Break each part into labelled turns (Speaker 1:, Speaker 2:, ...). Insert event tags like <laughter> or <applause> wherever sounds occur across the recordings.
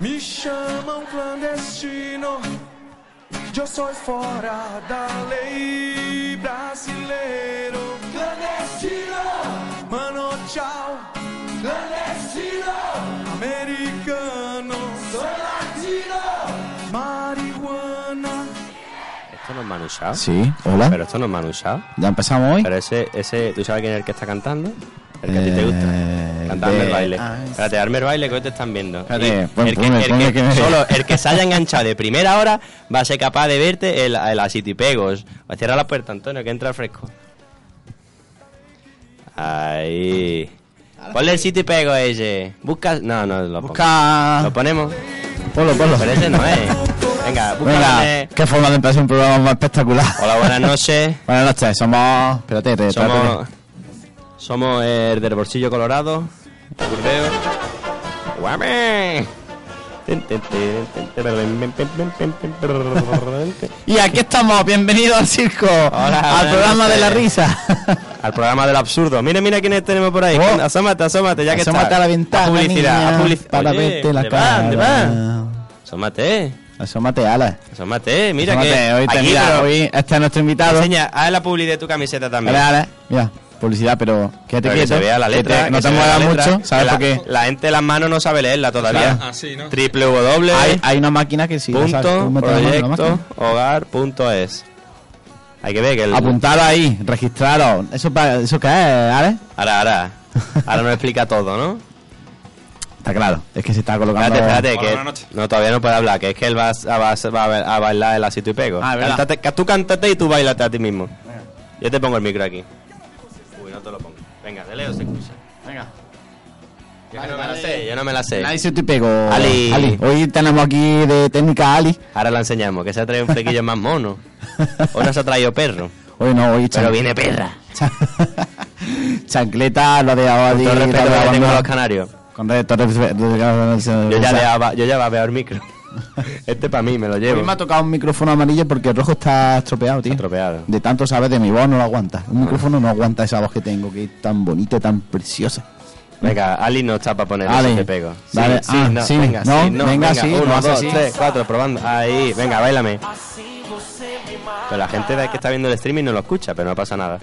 Speaker 1: Me chamam clandestino, eu sou fora da lei brasileiro. Clandestino, mano, tchau. Clandestino, americano, sou latino. Marihuana.
Speaker 2: Esto no es Manu Chao.
Speaker 3: Sí, hola.
Speaker 2: Pero esto no es Manu Chao.
Speaker 3: Ya empezamos hoy.
Speaker 2: Pero ese, ese, ¿tú sabes quién es el que está cantando? El que a ti te gusta.
Speaker 3: Eh,
Speaker 2: Cantando
Speaker 3: de-
Speaker 2: el baile.
Speaker 3: ah, es-
Speaker 2: Espérate, darme el baile que hoy te están viendo.
Speaker 3: Espérate,
Speaker 2: Y
Speaker 3: pon-
Speaker 2: el que,
Speaker 3: ponme,
Speaker 2: el
Speaker 3: ponme
Speaker 2: que-
Speaker 3: que me-
Speaker 2: Solo el que se haya enganchado de primera hora va a ser capaz de verte el, el asitipegos. Cierra la puerta, Antonio, que entra fresco. Ahí. Ponle el sitipegos ese. Busca. No, no, lo pongo.
Speaker 3: Busca.
Speaker 2: Lo ponemos.
Speaker 3: Polo, polo.
Speaker 2: Pero ese no es. Venga,
Speaker 3: Venga,
Speaker 2: búscale.
Speaker 3: qué forma de empezar un programa más espectacular.
Speaker 2: Hola, buenas noches.
Speaker 3: <laughs> Buenas noches, somos. Espérate, te- espérate.
Speaker 2: Somos, somos el del bolsillo colorado, el Burdeo. ¡Guame!
Speaker 3: Y aquí estamos, bienvenidos al circo.
Speaker 2: Hola, buenas
Speaker 3: al programa de la
Speaker 2: noches.
Speaker 3: risa.
Speaker 2: Al programa del absurdo. Mira, mira quiénes tenemos por ahí.
Speaker 3: Oh.
Speaker 2: Asómate, asómate, ya que
Speaker 3: Asómate
Speaker 2: está.
Speaker 3: a la ventana,
Speaker 2: publicidad,
Speaker 3: niña,
Speaker 2: haz publici-
Speaker 3: para
Speaker 2: Oye,
Speaker 3: verte la
Speaker 2: ¿dónde vas?
Speaker 3: cara.
Speaker 2: ¿Dónde vas? Asómate,
Speaker 3: Asómate, Ala.
Speaker 2: asómate, mira
Speaker 3: Asómate,
Speaker 2: que.
Speaker 3: hoy, te-
Speaker 2: aquí,
Speaker 3: mira,
Speaker 2: pero-
Speaker 3: hoy este es nuestro invitado.
Speaker 2: Enseña, haz la publicidad de tu camiseta también.
Speaker 3: Ala, ala. Mira, publicidad, pero quédate
Speaker 2: Pero que
Speaker 3: quieto.
Speaker 2: se vea la
Speaker 3: que
Speaker 2: letra.
Speaker 3: te-
Speaker 2: que
Speaker 3: no
Speaker 2: se
Speaker 3: te
Speaker 2: vea la
Speaker 3: muevas
Speaker 2: letra,
Speaker 3: mucho, ¿sabes
Speaker 2: que
Speaker 3: por
Speaker 2: la-
Speaker 3: qué?
Speaker 2: La gente de las manos no sabe leerla todavía.
Speaker 1: Ah,
Speaker 3: Claro.
Speaker 4: Así, ¿no?
Speaker 2: Triple W.
Speaker 3: Hay, hay una máquina que sí. ¿sabes? Tú
Speaker 2: punto
Speaker 3: metes la mano en la
Speaker 2: proyecto
Speaker 3: máquina.
Speaker 2: hogar punto es hay que ver que el
Speaker 3: Apuntaros ahí, registraros. ¿Eso, pa- ¿Eso qué es, Ale?
Speaker 2: ahora ahora ahora nos explica todo no
Speaker 3: <laughs> Está claro, es que se está colocando.
Speaker 2: espérate espérate
Speaker 4: Hola, buenas
Speaker 2: que
Speaker 4: noches.
Speaker 2: no todavía no puede hablar que es que él va a, va a- va a ba- a bailar el asito y pego
Speaker 3: Ah, es verdad.
Speaker 2: Cántate- ca- tú cántate y tú bailate a ti mismo yo te pongo el micro aquí uy no te lo pongo venga de leo se escucha
Speaker 3: Venga.
Speaker 2: yo no me la sé yo no me la sé
Speaker 3: Ahí se te pego.
Speaker 2: Ali.
Speaker 3: Hoy tenemos aquí de técnica a Ali.
Speaker 2: ahora la enseñamos que se ha traído un flequillo más mono o no se ha traído perro
Speaker 3: <laughs> Hoy no, hoy
Speaker 2: pero
Speaker 3: chan-
Speaker 2: viene perra
Speaker 3: chan- <laughs> Chancleta, lo de Abadi.
Speaker 2: todo el respeto
Speaker 3: lo de
Speaker 2: que le tengo a
Speaker 3: Abandona.
Speaker 2: los canarios
Speaker 3: Con re- todo respeto. Yo
Speaker 2: Yo ya, le aba- yo ya babeo el
Speaker 3: <laughs>
Speaker 2: micro. Este para mí me lo llevo.
Speaker 3: Hoy Pues me ha tocado un micrófono amarillo porque el rojo está estropeado, tío.
Speaker 2: Estropeado. Ah.
Speaker 3: De tanto saber de mi voz no lo aguanta. Un micrófono no aguanta esa voz que tengo, que es tan bonita, tan preciosa.
Speaker 2: Venga, Ali no está para poner
Speaker 3: Ale.
Speaker 2: eso te pego. Sí,
Speaker 3: Dale,
Speaker 2: sí,
Speaker 3: ah,
Speaker 2: no,
Speaker 3: sí,
Speaker 2: venga,
Speaker 3: no,
Speaker 2: sí, no,
Speaker 3: venga, sí,
Speaker 2: uno,
Speaker 3: no hace
Speaker 2: dos,
Speaker 3: así.
Speaker 2: tres, cuatro, probando. Ahí, venga, bailame. Pero la gente de- que está viendo el streaming no lo escucha, pero no pasa nada.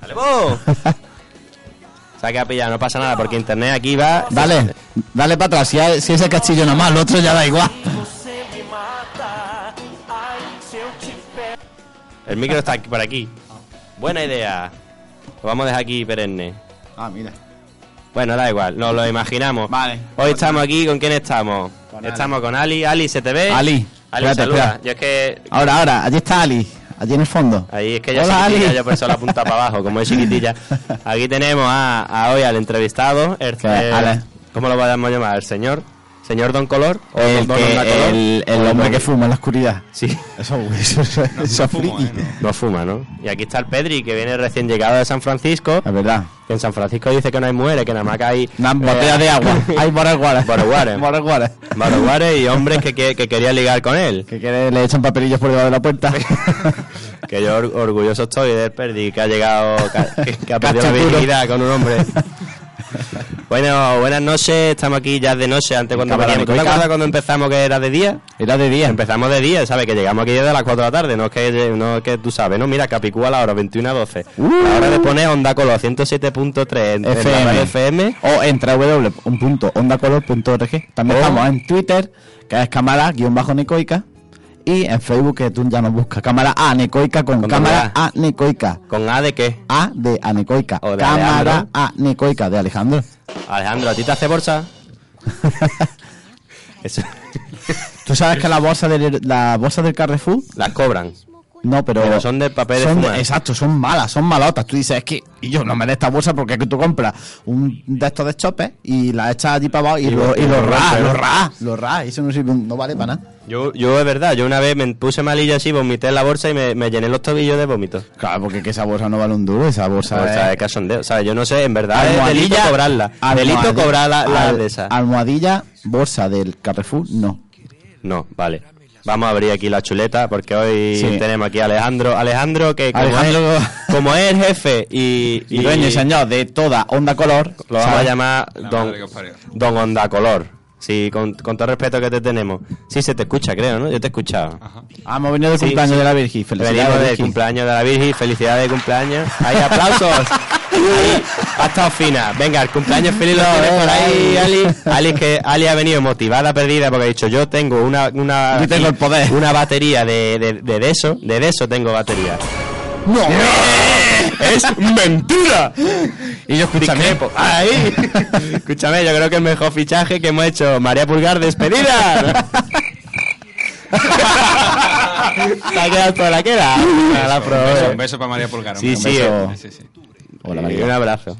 Speaker 2: ¡Dale,
Speaker 3: <laughs>
Speaker 2: vos! Saca a pillar, no pasa nada, porque internet aquí va.
Speaker 3: Dale, dale para atrás. Si, hay- si ese castillo nomás, lo otro ya da igual.
Speaker 5: Você me mata. Ai, se eu te pego.
Speaker 2: El micro está aquí- por aquí. Buena idea. Lo vamos a dejar aquí perenne.
Speaker 3: Ah, mira.
Speaker 2: Bueno, da igual, nos lo imaginamos.
Speaker 3: Vale.
Speaker 2: Hoy estamos aquí, ¿con quién estamos?
Speaker 3: Con Ali.
Speaker 2: estamos con Ali. Ali, ¿se te ve?
Speaker 3: Ali,
Speaker 2: Ali,
Speaker 3: espérate,
Speaker 2: saluda.
Speaker 3: espera.
Speaker 2: Yo es que...
Speaker 3: Ahora, ahora, allí está Ali. Allí en el fondo.
Speaker 2: Ahí es que yo
Speaker 3: Hola,
Speaker 2: soy chiquitilla,
Speaker 3: Ali.
Speaker 2: yo por eso la punta para abajo, como es
Speaker 3: <laughs>
Speaker 2: chiquitilla. Aquí tenemos a, a hoy al entrevistado, el-
Speaker 3: Que,
Speaker 2: el-
Speaker 3: Ale.
Speaker 2: ¿cómo lo podemos llamar? ¿El señor? ¿Señor Don Color? ¿O
Speaker 3: El,
Speaker 2: Don
Speaker 3: que-
Speaker 2: Onda Color?
Speaker 3: el- el
Speaker 2: ¿O don-
Speaker 3: hombre que fuma en la oscuridad.
Speaker 2: <laughs> Sí,
Speaker 3: Eso, <laughs> eso, eso, eso es
Speaker 4: fumo,
Speaker 3: friki.
Speaker 4: eh, no.
Speaker 2: no fuma, ¿no? Y aquí está el Pedri, que viene recién llegado de San Francisco.
Speaker 3: La verdad.
Speaker 2: que En San Francisco dice que no hay mujeres, que nada más que hay...
Speaker 3: Una
Speaker 2: eh,
Speaker 3: botella de agua.
Speaker 2: <laughs>
Speaker 3: Hay bottle water.
Speaker 2: Bottle water.
Speaker 3: Bottle water.
Speaker 2: Maroguares y hombres que, que, que querían ligar con él.
Speaker 3: Que quiere, le echan papelillos por debajo de la puerta.
Speaker 2: Que yo or- orgulloso estoy de Perdi, que ha llegado, que, que- que ha perdido la
Speaker 3: Cacho duro.
Speaker 2: virginidad con un hombre. Bueno, buenas noches, estamos aquí ya de noche, antes cuando
Speaker 3: Cámara
Speaker 2: veníamos. ¿Tú te
Speaker 3: rica.
Speaker 2: acuerdas cuando empezamos que era de día?
Speaker 3: Era de día.
Speaker 2: Empezamos de día, ¿sabes? Que llegamos aquí desde las 4 de la tarde, no es que, no es que tú sabes, ¿no? Mira, Capicúa a la hora 21 a 12.
Speaker 3: Uh.
Speaker 2: La hora de poner Onda Color 107.3 en, en la radio FM.
Speaker 3: <laughs> O en www.ondacolor.org. También
Speaker 2: O-
Speaker 3: estamos en Twitter, que es cámara guión bajo necoica. Y en Facebook, que tú ya nos buscas. Cámara A necoica con,
Speaker 2: Con
Speaker 3: cámara
Speaker 2: doble A.
Speaker 3: A necoica.
Speaker 2: ¿Con A de qué?
Speaker 3: A de anecoica.
Speaker 2: O de
Speaker 3: cámara
Speaker 2: Alejandro.
Speaker 3: A necoica de Alejandro.
Speaker 2: Alejandro, ¿a ti te hace
Speaker 3: <laughs>
Speaker 2: bolsa? Eso-
Speaker 3: Tú sabes que la bolsa del, la bolsa del Carrefour
Speaker 2: las cobran.
Speaker 3: No, pero,
Speaker 2: Pero son de papel de
Speaker 3: son
Speaker 2: fumar.
Speaker 3: Exacto, son malas, son malotas. Tú dices, es que y yo no me de esta bolsa porque es que tú compras un de estos de chope y la echas allí para abajo y, lo,
Speaker 2: y
Speaker 3: y
Speaker 2: lo
Speaker 3: lo ra,
Speaker 2: rompes,
Speaker 3: lo
Speaker 2: ¿no?
Speaker 3: ra, lo ra. Eso no sirve, no vale para nada.
Speaker 2: Yo, yo es verdad, yo una vez me puse malilla así, vomité en la bolsa y me, me llené los tobillos de vómito.
Speaker 3: Claro, porque que esa bolsa no vale un duro, esa bolsa.
Speaker 2: O sea,
Speaker 3: es-
Speaker 2: es cachondeo. O sea, yo no sé, en verdad es delito
Speaker 3: almohadilla-
Speaker 2: cobrarla.
Speaker 3: almohadilla-
Speaker 2: Delito cobrar la, la
Speaker 3: al-
Speaker 2: de esa.
Speaker 3: Almohadilla, bolsa del Carrefour, no.
Speaker 2: No, vale. Vamos a abrir aquí la chuleta porque hoy
Speaker 3: Sí.
Speaker 2: tenemos aquí a Alejandro. Alejandro, que como,
Speaker 3: Alejandro-
Speaker 2: Es,
Speaker 3: <laughs>
Speaker 2: como es el jefe y,
Speaker 3: Y, dueño y señor de toda onda color.
Speaker 2: lo vamos
Speaker 3: ¿sabes?
Speaker 2: a llamar
Speaker 4: La
Speaker 2: don,
Speaker 4: madre que os parió.
Speaker 2: don Onda Color. Sí, con, con todo el respeto que te tenemos. Sí, se te escucha, creo, ¿no? Yo te he escuchado.
Speaker 3: Ah, hemos venido de
Speaker 2: Sí,
Speaker 3: cumpleaños
Speaker 2: sí.
Speaker 3: de la Virgen. Felicidades,
Speaker 2: Venimos del
Speaker 3: Virgen.
Speaker 2: cumpleaños de la Virgen, felicidades de cumpleaños. ¡Hay aplausos! Ahí, ha estado fina. Venga, el cumpleaños feliz lo tiene por ahí, Ali. Ali, que, Ali ha venido motivada, perdida, porque ha dicho, yo tengo una... una
Speaker 3: Yo tengo el poder.
Speaker 2: Una batería de, de, de, de eso, de, de eso tengo batería.
Speaker 3: ¡No!
Speaker 2: <laughs> ¡Es mentira!
Speaker 3: Y yo escúchame.
Speaker 2: Discrepo.
Speaker 4: <laughs>
Speaker 2: Ahí. Escúchame, yo creo que el mejor fichaje que hemos hecho. María Pulgar,
Speaker 4: <laughs>
Speaker 2: despedida. Te ha quedado toda la queda. A la pro,
Speaker 4: un, beso,
Speaker 2: eh.
Speaker 4: un beso para María Pulgar.
Speaker 2: Sí,
Speaker 4: un
Speaker 2: sí,
Speaker 4: beso.
Speaker 2: eh.
Speaker 4: sí, sí.
Speaker 3: Hola,
Speaker 2: Y un
Speaker 3: María.
Speaker 2: abrazo.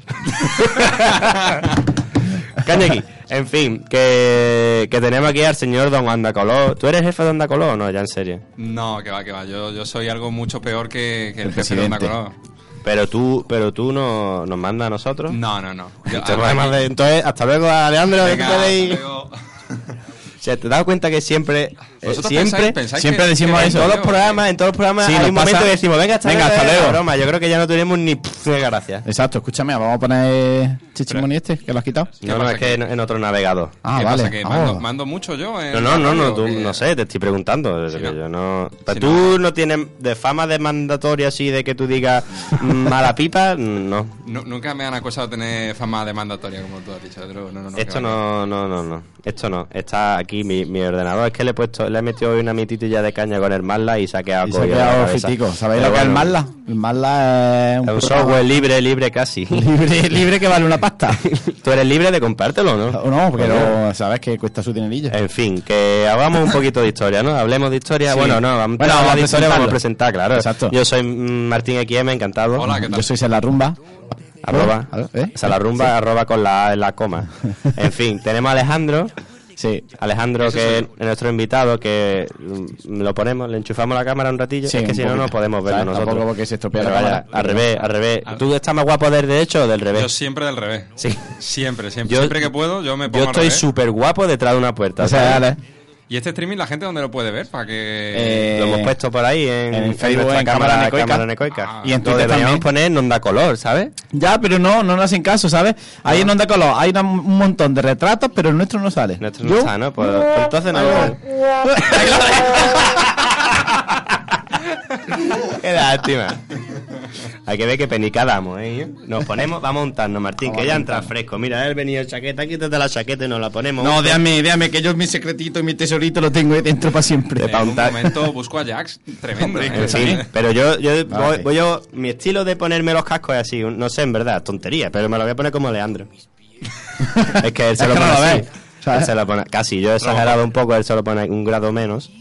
Speaker 4: <laughs>
Speaker 2: Cañequi. En fin, que, que tenemos aquí al señor Don Andacoló. ¿Tú eres jefe de Andacoló o no? Ya en serio.
Speaker 4: No, que va, que va. Yo, yo soy algo mucho peor que, que el, jefe de Onda
Speaker 3: presidente.
Speaker 4: Color.
Speaker 2: Pero tú, pero tú no, nos manda a nosotros.
Speaker 4: No, no, no. Yo-
Speaker 2: Entonces, además de- entonces, hasta luego, Alejandro. que
Speaker 4: Venga,
Speaker 2: te podéis-
Speaker 4: luego-
Speaker 2: O sea, ¿te has dado cuenta que siempre, eh,
Speaker 4: Vosotros
Speaker 2: siempre,
Speaker 4: pensáis- pensáis
Speaker 3: siempre
Speaker 4: que-
Speaker 3: decimos
Speaker 4: que
Speaker 2: en
Speaker 3: eso.
Speaker 2: todos los
Speaker 4: yo-
Speaker 2: programas, en todos los programas
Speaker 3: Sí,
Speaker 2: hay
Speaker 3: nos
Speaker 2: un momento
Speaker 3: pasa-
Speaker 2: que decimos, venga, hasta
Speaker 3: Venga,
Speaker 2: luego,
Speaker 3: hasta
Speaker 2: es la
Speaker 3: luego.
Speaker 2: broma. Yo creo que ya no tenemos ni pff, de gracia.
Speaker 3: Exacto, escúchame, vamos a poner Chichimoni este, que lo has quitado.
Speaker 2: No, no,
Speaker 4: pasa
Speaker 2: es que en, en otro navegador.
Speaker 3: Ah,
Speaker 4: ¿Qué
Speaker 3: vale.
Speaker 4: pasa? ¿Que
Speaker 3: ah.
Speaker 4: mando, mando mucho yo? eh. en
Speaker 2: No, no,
Speaker 4: la
Speaker 2: no, no,
Speaker 4: radio?
Speaker 2: tú,
Speaker 4: ¿Qué?
Speaker 2: no sé, te estoy preguntando. es
Speaker 4: Sí,
Speaker 2: que
Speaker 4: no.
Speaker 2: yo no... Pero
Speaker 4: Sí,
Speaker 2: tú no. tienes de fama de mandatoria así de que tú digas mala pipa, no.
Speaker 4: Nu- nunca me han acusado de tener fama de mandatoria, como tú has dicho, Drew. No, no, no,
Speaker 2: Esto
Speaker 4: que va,
Speaker 2: no, no, no, no. Esto no. Está aquí mi, mi ordenador. Es que le he puesto, le he metido hoy una mititilla de caña con el Marla y se ha quedado
Speaker 3: Y se ha
Speaker 2: cogido la
Speaker 3: quedado
Speaker 2: cabeza.
Speaker 3: fitico. ¿Sabéis
Speaker 2: Pero
Speaker 3: lo que es el
Speaker 2: bueno,
Speaker 3: Marla? El Marla es un,
Speaker 2: Es un
Speaker 3: programa
Speaker 2: software libre, libre casi.
Speaker 3: <laughs> libre, libre que vale una pasta.
Speaker 2: <laughs> Tú eres libre de compártelo, ¿no?
Speaker 3: O Oh, no, pero sabes que cuesta su dinerillo.
Speaker 2: En fin, que hagamos un poquito de historia, ¿no? Hablemos de historia.
Speaker 3: Sí.
Speaker 2: Bueno, no, vamos,
Speaker 3: Bueno,
Speaker 2: a hablar
Speaker 3: vamos a
Speaker 2: de historia, vamos a presentar,
Speaker 3: presentarlo.
Speaker 2: claro.
Speaker 3: Exacto.
Speaker 2: Yo soy mm, Martín XM, encantado.
Speaker 4: Hola, ¿qué tal?
Speaker 3: Yo soy la rumba.
Speaker 2: Arroba.
Speaker 3: ¿Eh?
Speaker 2: O sea, la rumba, arroba con la A en la
Speaker 3: <laughs>
Speaker 2: coma. En fin, tenemos a Alejandro.
Speaker 3: Sí.
Speaker 2: Alejandro, que es nuestro invitado, que mm, lo ponemos, le enchufamos la cámara un ratillo.
Speaker 3: Sí,
Speaker 2: es que
Speaker 3: un
Speaker 2: si no, no
Speaker 3: poquito.
Speaker 2: podemos verlo
Speaker 3: ¿Sabes?
Speaker 2: nosotros.
Speaker 3: Tampoco porque se estropea
Speaker 2: Pero
Speaker 3: la
Speaker 2: vaya,
Speaker 3: cámara.
Speaker 2: Al revés, al revés. ¿Tú estás más guapo del derecho o del
Speaker 4: Yo
Speaker 2: revés?
Speaker 4: siempre del revés.
Speaker 2: Sí.
Speaker 4: Siempre, siempre.
Speaker 2: Yo-
Speaker 4: siempre que puedo, yo me pongo
Speaker 2: Yo
Speaker 4: al
Speaker 2: estoy
Speaker 4: revés.
Speaker 2: súper guapo detrás de una puerta.
Speaker 3: O
Speaker 2: ¿sabes?
Speaker 3: sea, dale.
Speaker 4: ¿Y este streaming la gente dónde lo puede ver? Para que...
Speaker 3: Eh,
Speaker 2: lo hemos puesto por ahí en,
Speaker 3: en Facebook,
Speaker 2: nuestra
Speaker 3: en
Speaker 2: cámara,
Speaker 3: cámara
Speaker 2: cámara
Speaker 3: necoica.
Speaker 2: necoica.
Speaker 4: Ah.
Speaker 3: Y en
Speaker 2: lo
Speaker 3: Twitter
Speaker 2: deberíamos
Speaker 3: también.
Speaker 2: poner en onda color, ¿sabes?
Speaker 3: Ya, pero no, no nos hacen caso, ¿sabes? Ahí en Onda Color hay una- un montón de retratos, pero el nuestro no sale.
Speaker 2: Nuestro no está, ¿no? Pues, pues entonces no. Qué lástima. Hay que ver qué penica damos, ¿eh? Nos ponemos, vamos a untarnos, Martín, que ya entra fresco. Mira, él venido chaqueta, quítate la chaqueta y nos la ponemos.
Speaker 3: <laughs> No,
Speaker 2: juntos.
Speaker 3: déjame, déjame, que yo mi secretito y mi tesorito lo tengo ahí dentro para siempre. <laughs>
Speaker 4: en un
Speaker 2: pautar.
Speaker 4: momento busco a Jax.
Speaker 2: <laughs>
Speaker 4: Tremendo. ¿eh?
Speaker 2: En fin, pero yo, yo
Speaker 3: Vale.
Speaker 2: voy, voy yo, mi estilo de ponerme los cascos es así, un- no sé, en verdad, tontería, pero me lo voy a poner como Leandro. es que él se
Speaker 3: Es
Speaker 2: lo
Speaker 3: que
Speaker 2: pone
Speaker 3: no lo
Speaker 2: así.
Speaker 3: ves, ¿sabes?
Speaker 2: Él se lo pone- casi, yo he exagerado un poco, él se lo pone un grado menos.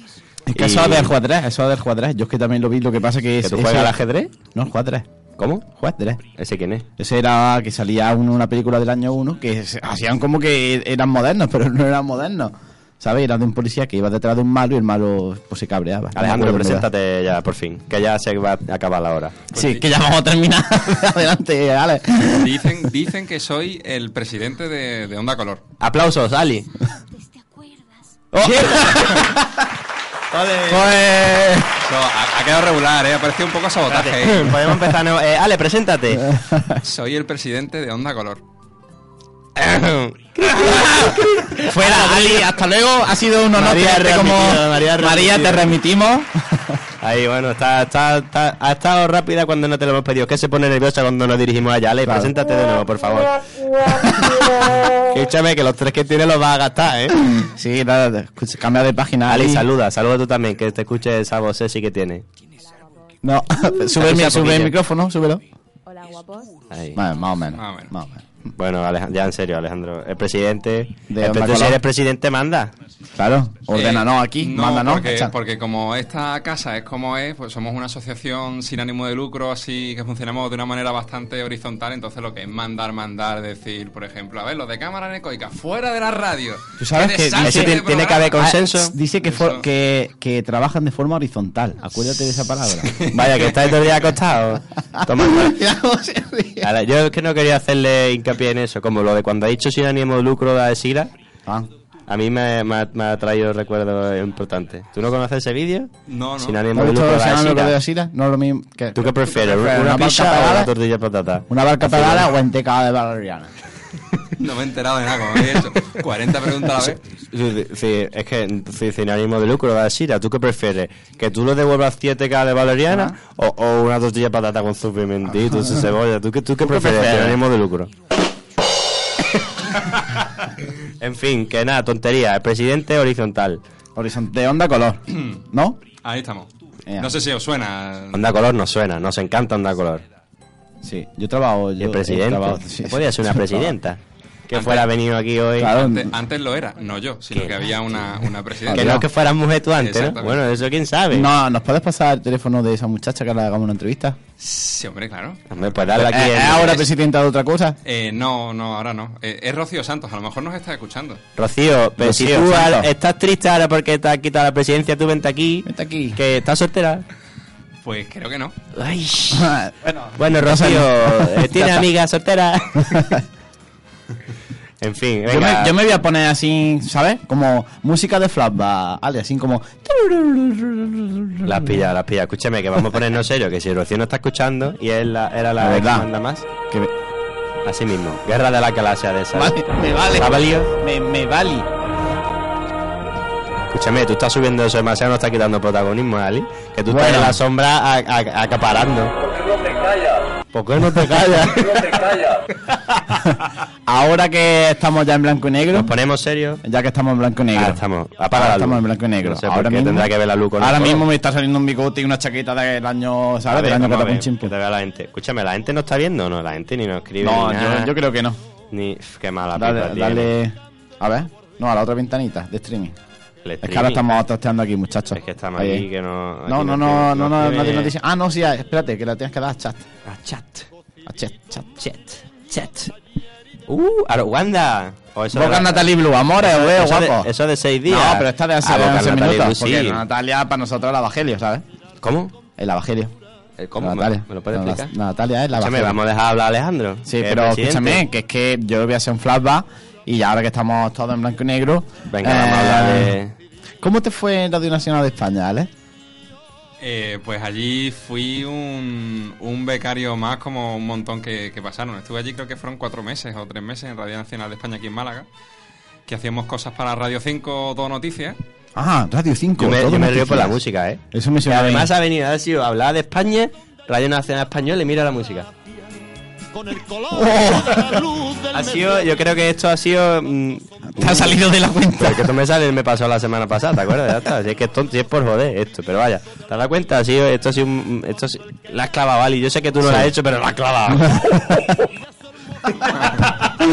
Speaker 3: Es que eso
Speaker 2: Y-
Speaker 3: es del jugadrés, eso es del jugadrés. Yo es que también lo vi, lo que pasa que...
Speaker 2: ¿Que
Speaker 3: es-
Speaker 2: tú juegas
Speaker 3: eso-
Speaker 2: al ajedrez?
Speaker 3: No, el jugadrés.
Speaker 2: ¿Cómo?
Speaker 3: Jugadrés.
Speaker 2: ¿Ese quién es?
Speaker 3: Ese era que salía uno en una película del año 1 que se- hacían como que eran modernos, pero no eran modernos. ¿Sabes? Era de un policía que iba detrás de un malo y el malo pues, se cabreaba.
Speaker 2: Alejandro,
Speaker 3: No me acuerdo, en verdad.
Speaker 2: preséntate ya, por fin, que ya se va a acabar la hora.
Speaker 3: Pues Sí, que ya vamos a terminar. <laughs> Adelante, Ale.
Speaker 4: Dicen, dicen que soy el presidente de, de Onda Color.
Speaker 2: ¡Aplausos, Ali! Oh.
Speaker 6: ¿Te acuerdas?
Speaker 3: <laughs>
Speaker 2: Pues,
Speaker 3: Joder.
Speaker 4: Eso ha, ha quedado regular, ¿eh? Ha parecido un poco sabotaje. ¿eh?
Speaker 2: Podemos empezar. ¿no? Eh, Ale, preséntate.
Speaker 4: Soy el presidente de Onda Color.
Speaker 3: Fuera, Ali, hasta luego. Ha sido un honor
Speaker 2: María
Speaker 3: tenerte como...
Speaker 2: readmitida, María
Speaker 3: María,
Speaker 2: readmitida.
Speaker 3: te remitimos.
Speaker 2: Ahí, bueno, está, está, está- ha estado rápida cuando no te lo hemos pedido. Que se pone nerviosa cuando nos dirigimos allá. Ale,
Speaker 3: Claro.
Speaker 2: preséntate de nuevo, por favor. Escúchame, que los tres que tiene los vas a gastar, ¿eh?
Speaker 3: <laughs> Sí, nada, escucha, cambia de página.
Speaker 2: Ale,
Speaker 3: Ali.
Speaker 2: saluda, saluda tú también, que te escuche esa voz sí que tiene.
Speaker 3: No, <laughs> sube, el mi-
Speaker 2: Avisa
Speaker 3: sube el
Speaker 2: poquillo.
Speaker 3: micrófono, súbelo.
Speaker 6: Hola, guapos.
Speaker 2: Ahí.
Speaker 3: Vale, más o menos.
Speaker 4: Más o menos.
Speaker 3: Más o menos.
Speaker 2: Bueno, Alejandro, ya en serio, Alejandro. El presidente.
Speaker 3: De
Speaker 2: el pre-
Speaker 3: Onda
Speaker 2: si
Speaker 3: Color.
Speaker 2: eres presidente, manda.
Speaker 3: Claro, ordénanos
Speaker 4: Eh,
Speaker 3: aquí,
Speaker 4: no,
Speaker 3: mándanos.
Speaker 4: Porque,
Speaker 3: echa.
Speaker 4: porque como esta casa es como es, pues somos una asociación sin ánimo de lucro, así que funcionamos de una manera bastante horizontal. Entonces, lo que es mandar, mandar, decir, por ejemplo, a ver, los de cámara necoica, fuera de la radio.
Speaker 3: Tú sabes
Speaker 4: ¡Qué
Speaker 3: que
Speaker 4: desastre
Speaker 2: dice-
Speaker 4: de
Speaker 2: Eso tiene que haber
Speaker 4: programa!
Speaker 2: consenso.
Speaker 3: Ah, dice que, for-
Speaker 4: Eso.
Speaker 3: que, que trabajan de forma horizontal. Acuérdate de esa palabra.
Speaker 2: Vaya, que estáis todo el día acostado. Tomando.
Speaker 3: <laughs> Mira cómo se ríe.
Speaker 2: Ahora, yo es que no quería hacerle hincapié en eso, como lo de cuando ha dicho sin ánimo de lucro la de Sira,
Speaker 3: Ah,
Speaker 2: a mí me, me ha, me ha traído recuerdos importantes. ¿Tú no conoces ese vídeo?
Speaker 4: No, no.
Speaker 2: Sin
Speaker 3: ¿te
Speaker 2: ánimo
Speaker 3: has
Speaker 2: de
Speaker 3: visto
Speaker 2: lucro
Speaker 3: lo que
Speaker 2: la
Speaker 3: se
Speaker 2: de
Speaker 3: llama lo que
Speaker 2: Sira.
Speaker 3: de Asira? No es lo mismo. que-
Speaker 2: ¿Tú qué prefieres?
Speaker 3: prefieres,
Speaker 2: ¿Una,
Speaker 3: una
Speaker 2: pizza
Speaker 3: barca
Speaker 2: o
Speaker 3: pagada?
Speaker 2: una tortilla de patata?
Speaker 3: Una barca pagada o entecada de valeriana.
Speaker 4: No me he enterado de nada, como habéis hecho. 40 preguntas a la vez.
Speaker 2: Sí, sí, es que sí, sin ánimo de lucro, va a decir, ¿a ¿tú qué prefieres? ¿Que tú le devuelvas 7K de valeriana o, o una tortilla de patata con sus pimentitos y cebolla? ¿Tú qué, tú qué prefieres? Sin ánimo de
Speaker 3: <laughs>
Speaker 2: lucro. en fin, que nada, tontería. El presidente horizontal.
Speaker 3: Horizonte onda <clears throat> color. ¿No?
Speaker 4: Ahí estamos.
Speaker 3: Ea.
Speaker 4: No sé si os suena.
Speaker 2: Onda color nos suena, nos encanta onda color.
Speaker 3: Sí. Yo trabajo.
Speaker 2: Y
Speaker 3: Yo
Speaker 2: el presidente.
Speaker 3: trabajo- sí, sí.
Speaker 2: Podría ser
Speaker 3: <laughs>
Speaker 2: una
Speaker 3: Yo
Speaker 2: presidenta. Que
Speaker 4: Ante-
Speaker 2: fuera venido aquí hoy.
Speaker 3: Claro.
Speaker 4: Antes, antes lo era, no yo, sino
Speaker 2: ¿Qué?
Speaker 4: que había una, una
Speaker 2: Que
Speaker 4: presidenta.
Speaker 2: no que fueras mujer tú antes, ¿no?
Speaker 4: Exactamente.
Speaker 2: Bueno, eso quién sabe.
Speaker 3: trabajo- No, ¿nos puedes pasar el teléfono de esa muchacha que le hagamos una entrevista?
Speaker 4: Sí, hombre, claro.
Speaker 2: Hombre, pues darle aquí.
Speaker 3: Eh,
Speaker 2: en-
Speaker 3: ¿es ahora presidenta de otra cosa?
Speaker 4: Eh, no, no, ahora no. Eh, es Rocío Santos, a lo mejor nos está escuchando.
Speaker 2: Rocío, pero si
Speaker 3: Rocío,
Speaker 2: tú
Speaker 3: santo.
Speaker 2: al- estás triste ahora porque te has quitado la presidencia, tú vente aquí.
Speaker 3: Vente aquí.
Speaker 2: Que estás soltera.
Speaker 4: Pues creo que no.
Speaker 2: Ay.
Speaker 3: <laughs> bueno,
Speaker 2: Bueno, Rocío,
Speaker 3: <laughs>
Speaker 2: eh, ¿tiene amigas solteras? en fin,
Speaker 3: yo me,
Speaker 2: venga.
Speaker 3: yo me voy a poner así, ¿sabes? Como música de flashback, Ale, así como...
Speaker 2: Las pilla, las pilla. Escúchame, que vamos a ponernos serio, que si Rocío no está escuchando y él la- era la,
Speaker 3: La verdad.
Speaker 2: que manda más.
Speaker 3: Que me,
Speaker 2: Así mismo. Guerra de la galaxia de esa.
Speaker 3: vale, me vale.
Speaker 2: ¿Ha valido?
Speaker 3: Me, me vale.
Speaker 2: Escúchame, tú estás subiendo eso demasiado, no estás quitando protagonismo, Ali. Que tú estás
Speaker 3: Bueno.
Speaker 2: en la sombra a- a- acaparando. ¿Por qué no te callas? ¿Por qué no te callas?
Speaker 3: <laughs> Ahora que estamos ya en blanco y negro,
Speaker 2: Nos ponemos serios.
Speaker 3: ya que estamos en blanco y negro.
Speaker 2: Ah, estamos. Apaga
Speaker 3: Ahora
Speaker 2: la luz.
Speaker 3: estamos en blanco y negro.
Speaker 2: No sé por
Speaker 3: ahora
Speaker 2: qué,
Speaker 3: mismo,
Speaker 2: tendrá que ver la luz con
Speaker 3: Ahora
Speaker 2: el
Speaker 3: mismo
Speaker 2: color.
Speaker 3: me está saliendo un bigote y una chaqueta del año,
Speaker 2: A
Speaker 3: ¿sabes? Del
Speaker 2: ver,
Speaker 3: año
Speaker 2: vamos a ver,
Speaker 3: 14
Speaker 2: que te vea la gente. Escúchame, la gente no está viendo, ¿no? La gente ni nos escribe.
Speaker 3: No,
Speaker 2: ni nada.
Speaker 3: yo, yo creo que no.
Speaker 2: Ni, Uf, qué mala pipa
Speaker 3: Dale,
Speaker 2: tiene.
Speaker 3: dale. A ver. No, a la otra ventanita de streaming.
Speaker 2: El
Speaker 3: Es que ahora
Speaker 2: streaming.
Speaker 3: estamos testeando aquí, muchachos.
Speaker 2: Es que estamos
Speaker 3: Ahí.
Speaker 2: aquí, que no...
Speaker 3: No,
Speaker 2: aquí
Speaker 3: no, no,
Speaker 2: tiene-
Speaker 3: no, no, no,
Speaker 2: tiene-
Speaker 3: no dice- Ah, no, sí, ah, espérate, que la tienes que dar a chat.
Speaker 2: Ah, chat.
Speaker 3: A chat, chat.
Speaker 2: Chat. Chat. Uh, Aruanda. O eso de
Speaker 3: Boca
Speaker 2: la-
Speaker 3: Natalie Blue, amores, os veo,
Speaker 2: eso de-
Speaker 3: guapo.
Speaker 2: eso de seis días.
Speaker 3: No, pero esta de hace
Speaker 2: Ah, Boca
Speaker 3: 11
Speaker 2: Natalie
Speaker 3: minutos.
Speaker 2: Blue,
Speaker 3: Porque
Speaker 2: sí.
Speaker 3: Natalia para nosotros es el evangelio, ¿sabes?
Speaker 2: ¿Cómo?
Speaker 3: El evangelio.
Speaker 2: ¿El ¿Cómo?
Speaker 3: Natalia.
Speaker 2: ¿Me, me lo puedes
Speaker 3: Eh, No, la-
Speaker 2: explicar?
Speaker 3: Natalia es la
Speaker 2: Escúchame,
Speaker 3: evangelio.
Speaker 2: vamos a dejar hablar a Alejandro.
Speaker 3: Sí,
Speaker 2: que es
Speaker 3: pero
Speaker 2: presidente.
Speaker 3: escúchame, que es que yo voy a hacer un flashback y ya ahora que estamos todos en blanco y negro.
Speaker 2: Venga, vamos a
Speaker 3: Eh,
Speaker 2: hablar de...
Speaker 3: ¿Cómo te fue en Radio Nacional de España, Ale?
Speaker 4: Eh, pues allí fui un, un becario más, como un montón que, que pasaron. Estuve allí, creo que fueron cuatro meses o tres meses en Radio Nacional de España, aquí en Málaga, que hacíamos cosas para Radio 5 o Todo Noticias.
Speaker 3: Ah, Radio 5.
Speaker 2: Yo me,
Speaker 3: todo
Speaker 2: yo me río por la
Speaker 3: noticias.
Speaker 2: música, ¿eh?
Speaker 3: Eso me
Speaker 2: Que
Speaker 3: suena
Speaker 2: además
Speaker 3: bien.
Speaker 2: ha venido, ha sido hablar de España, Radio Nacional Española y mira la música.
Speaker 5: Con el
Speaker 3: <laughs> Oh.
Speaker 5: color de la luz del
Speaker 2: Ha sido, yo creo que esto ha sido... mm,
Speaker 3: Te ha salido de la cuenta.
Speaker 2: Pero que tú me sales me pasó la semana pasada, ¿te acuerdas? Ya está. Si es que es tonto, si es por joder esto, pero vaya, ¿te das cuenta? Ha sido, esto ha sido un- esto ha sido- la has clavado, Ali. Yo sé que tú no la has hecho, pero la has <laughs> clavado.
Speaker 3: <laughs>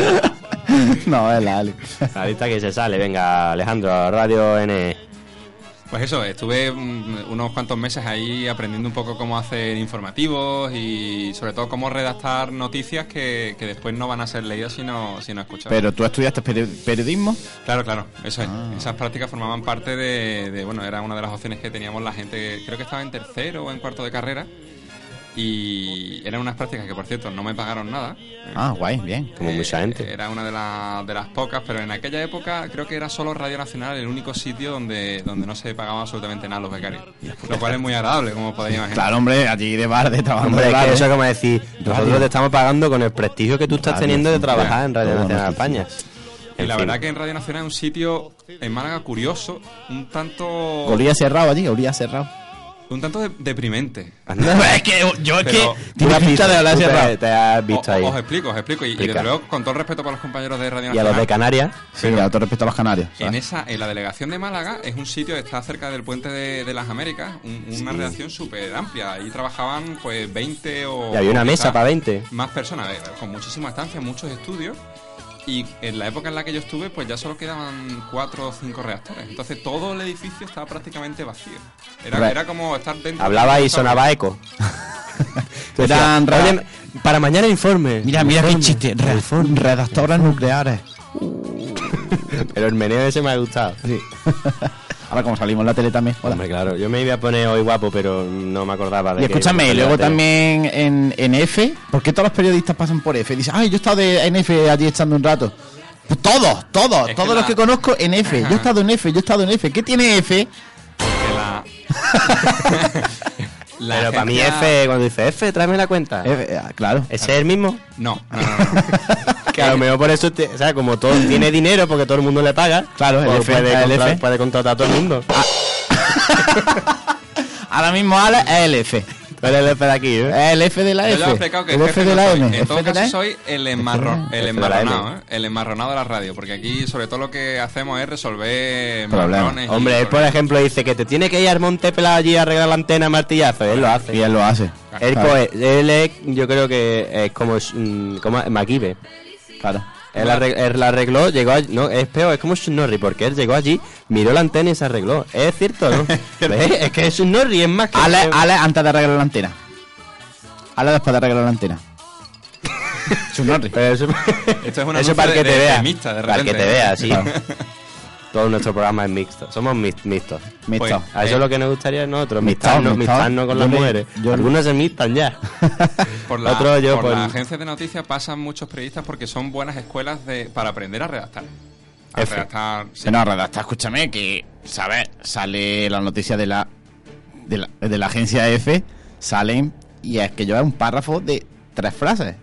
Speaker 3: no,
Speaker 2: <laughs>
Speaker 3: es la Ale.
Speaker 2: Ahorita que se sale, venga, Alejandro, a Radio N.
Speaker 4: Pues eso, estuve mm, unos cuantos meses ahí aprendiendo un poco cómo hacer informativos y sobre todo cómo redactar noticias que, que después no van a ser leídas sino, sino escuchadas.
Speaker 3: Pero tú estudiaste peri- periodismo.
Speaker 4: Claro, claro, eso es. Esas prácticas formaban parte de, de- bueno, era una de las opciones que teníamos la gente, creo que estaba en tercero o en cuarto de carrera. Y eran unas prácticas que, por cierto, no me pagaron nada.
Speaker 3: Ah, guay, bien.
Speaker 2: Como
Speaker 4: Eh,
Speaker 2: mucha gente.
Speaker 4: Era una de, la- de las pocas, pero en aquella época creo que era solo Radio Nacional el único sitio donde, donde no se pagaba absolutamente nada a los becarios. Lo cual es muy agradable, como os podéis imaginar.
Speaker 3: Claro, hombre, allí de bar, de trabajo.
Speaker 2: Hombre,
Speaker 3: de
Speaker 2: es
Speaker 3: bar,
Speaker 2: que eso
Speaker 3: ¿eh?
Speaker 2: es como decir, nosotros te estamos pagando con el prestigio que tú estás
Speaker 3: Radio
Speaker 2: teniendo de
Speaker 3: Nacional.
Speaker 2: trabajar en Radio
Speaker 3: Todo
Speaker 2: Nacional de
Speaker 3: nuestro
Speaker 2: España.
Speaker 4: Y
Speaker 2: En
Speaker 4: la
Speaker 2: fin.
Speaker 4: verdad
Speaker 2: <laughs>
Speaker 4: que en Radio Nacional es un sitio en Málaga curioso, un tanto,
Speaker 3: Olía cerrado allí, olía cerrado.
Speaker 4: un tanto de- deprimente.
Speaker 3: es que yo es
Speaker 4: Pero-
Speaker 3: Tiene pinta de oler
Speaker 2: Tú te-
Speaker 3: cerrado.
Speaker 2: Te has
Speaker 4: O-
Speaker 2: visto ahí.
Speaker 4: Os explico, os explico. Y, y
Speaker 2: Explica.
Speaker 4: desde luego, con todo el respeto para los compañeros de Radio
Speaker 2: Y a
Speaker 4: Nacional.
Speaker 2: los de Canarias.
Speaker 3: Sí, a todo respeto a los canarios. Ah. ¿sabes?
Speaker 4: en, esa, en la delegación de Málaga es un sitio que está cerca del puente de, de las Américas, un- una redacción súper amplia. Ahí trabajaban pues 20 o...
Speaker 2: Y había una
Speaker 4: o
Speaker 2: mesa
Speaker 4: quizás
Speaker 2: para 20.
Speaker 4: Más personas, eh, con muchísima estancia, muchos estudios. Y en la época en la que yo estuve, pues ya solo quedaban cuatro o cinco reactores. Entonces todo el edificio estaba prácticamente vacío. Era,
Speaker 2: Hombre,
Speaker 4: era como estar dentro...
Speaker 2: Hablaba y sonaba
Speaker 4: eco.
Speaker 3: <laughs>
Speaker 2: eco.
Speaker 3: Eran ra-
Speaker 2: Oye, para mañana informe.
Speaker 3: Mira, mira qué chiste. Reform, redactoras nucleares.
Speaker 2: Pero el meneo ese me ha gustado.
Speaker 3: Ahora como salimos en la tele también. hola.
Speaker 2: Hombre, claro, yo me iba a poner hoy guapo, pero no me acordaba de
Speaker 3: Y
Speaker 2: que-
Speaker 3: escúchame,
Speaker 2: de
Speaker 3: y luego
Speaker 2: la tele.
Speaker 3: también en, en F, ¿por qué todos los periodistas pasan por F? Dicen, ay, yo he estado de- en F allí echando un rato. Pues todos, todos,
Speaker 4: Es que
Speaker 3: todos los
Speaker 4: la-
Speaker 3: que conozco en F. Yo he estado en F, yo he estado en F. ¿Qué tiene F? Eh,
Speaker 4: la...
Speaker 2: <laughs>
Speaker 4: <laughs> La
Speaker 2: Pero para mí
Speaker 4: agencia-
Speaker 2: F, cuando dice F, tráeme la cuenta.
Speaker 3: F, ah, eh, claro. <laughs>
Speaker 2: ¿Ese es el mismo?
Speaker 4: No, no, no, no.
Speaker 2: Que a lo mejor por eso, te- o sea, como
Speaker 3: <laughs>
Speaker 2: todo tiene dinero porque todo el mundo le paga.
Speaker 3: Claro, el
Speaker 2: pues
Speaker 3: F,
Speaker 2: puede,
Speaker 3: el
Speaker 2: contra-
Speaker 3: F. Ah,
Speaker 2: puede contratar a todo el mundo.
Speaker 3: Ahora mismo Ale es el F.
Speaker 2: Tú eres el F de aquí, ¿eh?
Speaker 3: Es el F de la
Speaker 4: Yo
Speaker 3: F.
Speaker 4: ya he explicado que
Speaker 3: el
Speaker 4: jefe
Speaker 3: F
Speaker 4: no
Speaker 3: de la
Speaker 4: soy.
Speaker 3: M.
Speaker 4: En todo
Speaker 3: F de la
Speaker 4: caso
Speaker 3: M.
Speaker 4: soy el, enmarrón, el
Speaker 2: F de la M.
Speaker 4: enmarronado, ¿eh? El enmarronado de la radio. Porque aquí sobre todo lo que hacemos es resolver
Speaker 3: Problemas.
Speaker 4: marrones. y
Speaker 2: Hombre, él por
Speaker 4: problemas.
Speaker 2: ejemplo dice que te tiene que ir al Monte Pelado allí a arreglar la antena a martillazo. Él lo hace.
Speaker 3: Y él lo hace.
Speaker 2: Él,
Speaker 3: Claro.
Speaker 2: coge- él es, yo creo que es como, mm, como MacGyver.
Speaker 3: Claro.
Speaker 2: Él, arreg- él la arregló, llegó allí. No, es peor, es como Snorri, porque él llegó allí, miró la antena y se arregló. Es cierto,
Speaker 4: <laughs>
Speaker 2: ¿no? ¿Ves? Es que Snorri es más que.
Speaker 3: Ale, Ale antes de arreglar la antena. Ale después de arreglar la
Speaker 4: <laughs>
Speaker 3: antena. Chunorri.
Speaker 2: Pero eso,
Speaker 4: Esto es una
Speaker 2: eso para
Speaker 4: de,
Speaker 2: que te
Speaker 4: de-
Speaker 2: vea.
Speaker 4: de mixta, de
Speaker 2: para que
Speaker 4: repente,
Speaker 2: te
Speaker 4: ¿eh?
Speaker 2: vea, sí.
Speaker 3: Claro.
Speaker 2: <laughs> Todo nuestro programa es mixto. Somos mi- mixtos.
Speaker 3: Mixto.
Speaker 4: Pues,
Speaker 2: A eso es lo que nos gustaría a nosotros,
Speaker 3: Mixtao,
Speaker 2: mixtarnos,
Speaker 3: mixtao.
Speaker 2: mixtarnos con las
Speaker 3: Yo le-
Speaker 2: mujeres.
Speaker 3: yo le-
Speaker 2: Algunos se mixtan ya.
Speaker 4: Por, la,
Speaker 2: Otro yo,
Speaker 4: por
Speaker 2: por-
Speaker 4: las agencias de noticias pasan muchos periodistas porque son buenas escuelas de, para aprender a redactar. A
Speaker 2: F.
Speaker 4: redactar. sí.
Speaker 3: Bueno, redacta, escúchame, que, ¿sabes? Sale la noticia de la, de la de la agencia F, salen y es que lleva un párrafo de tres frases.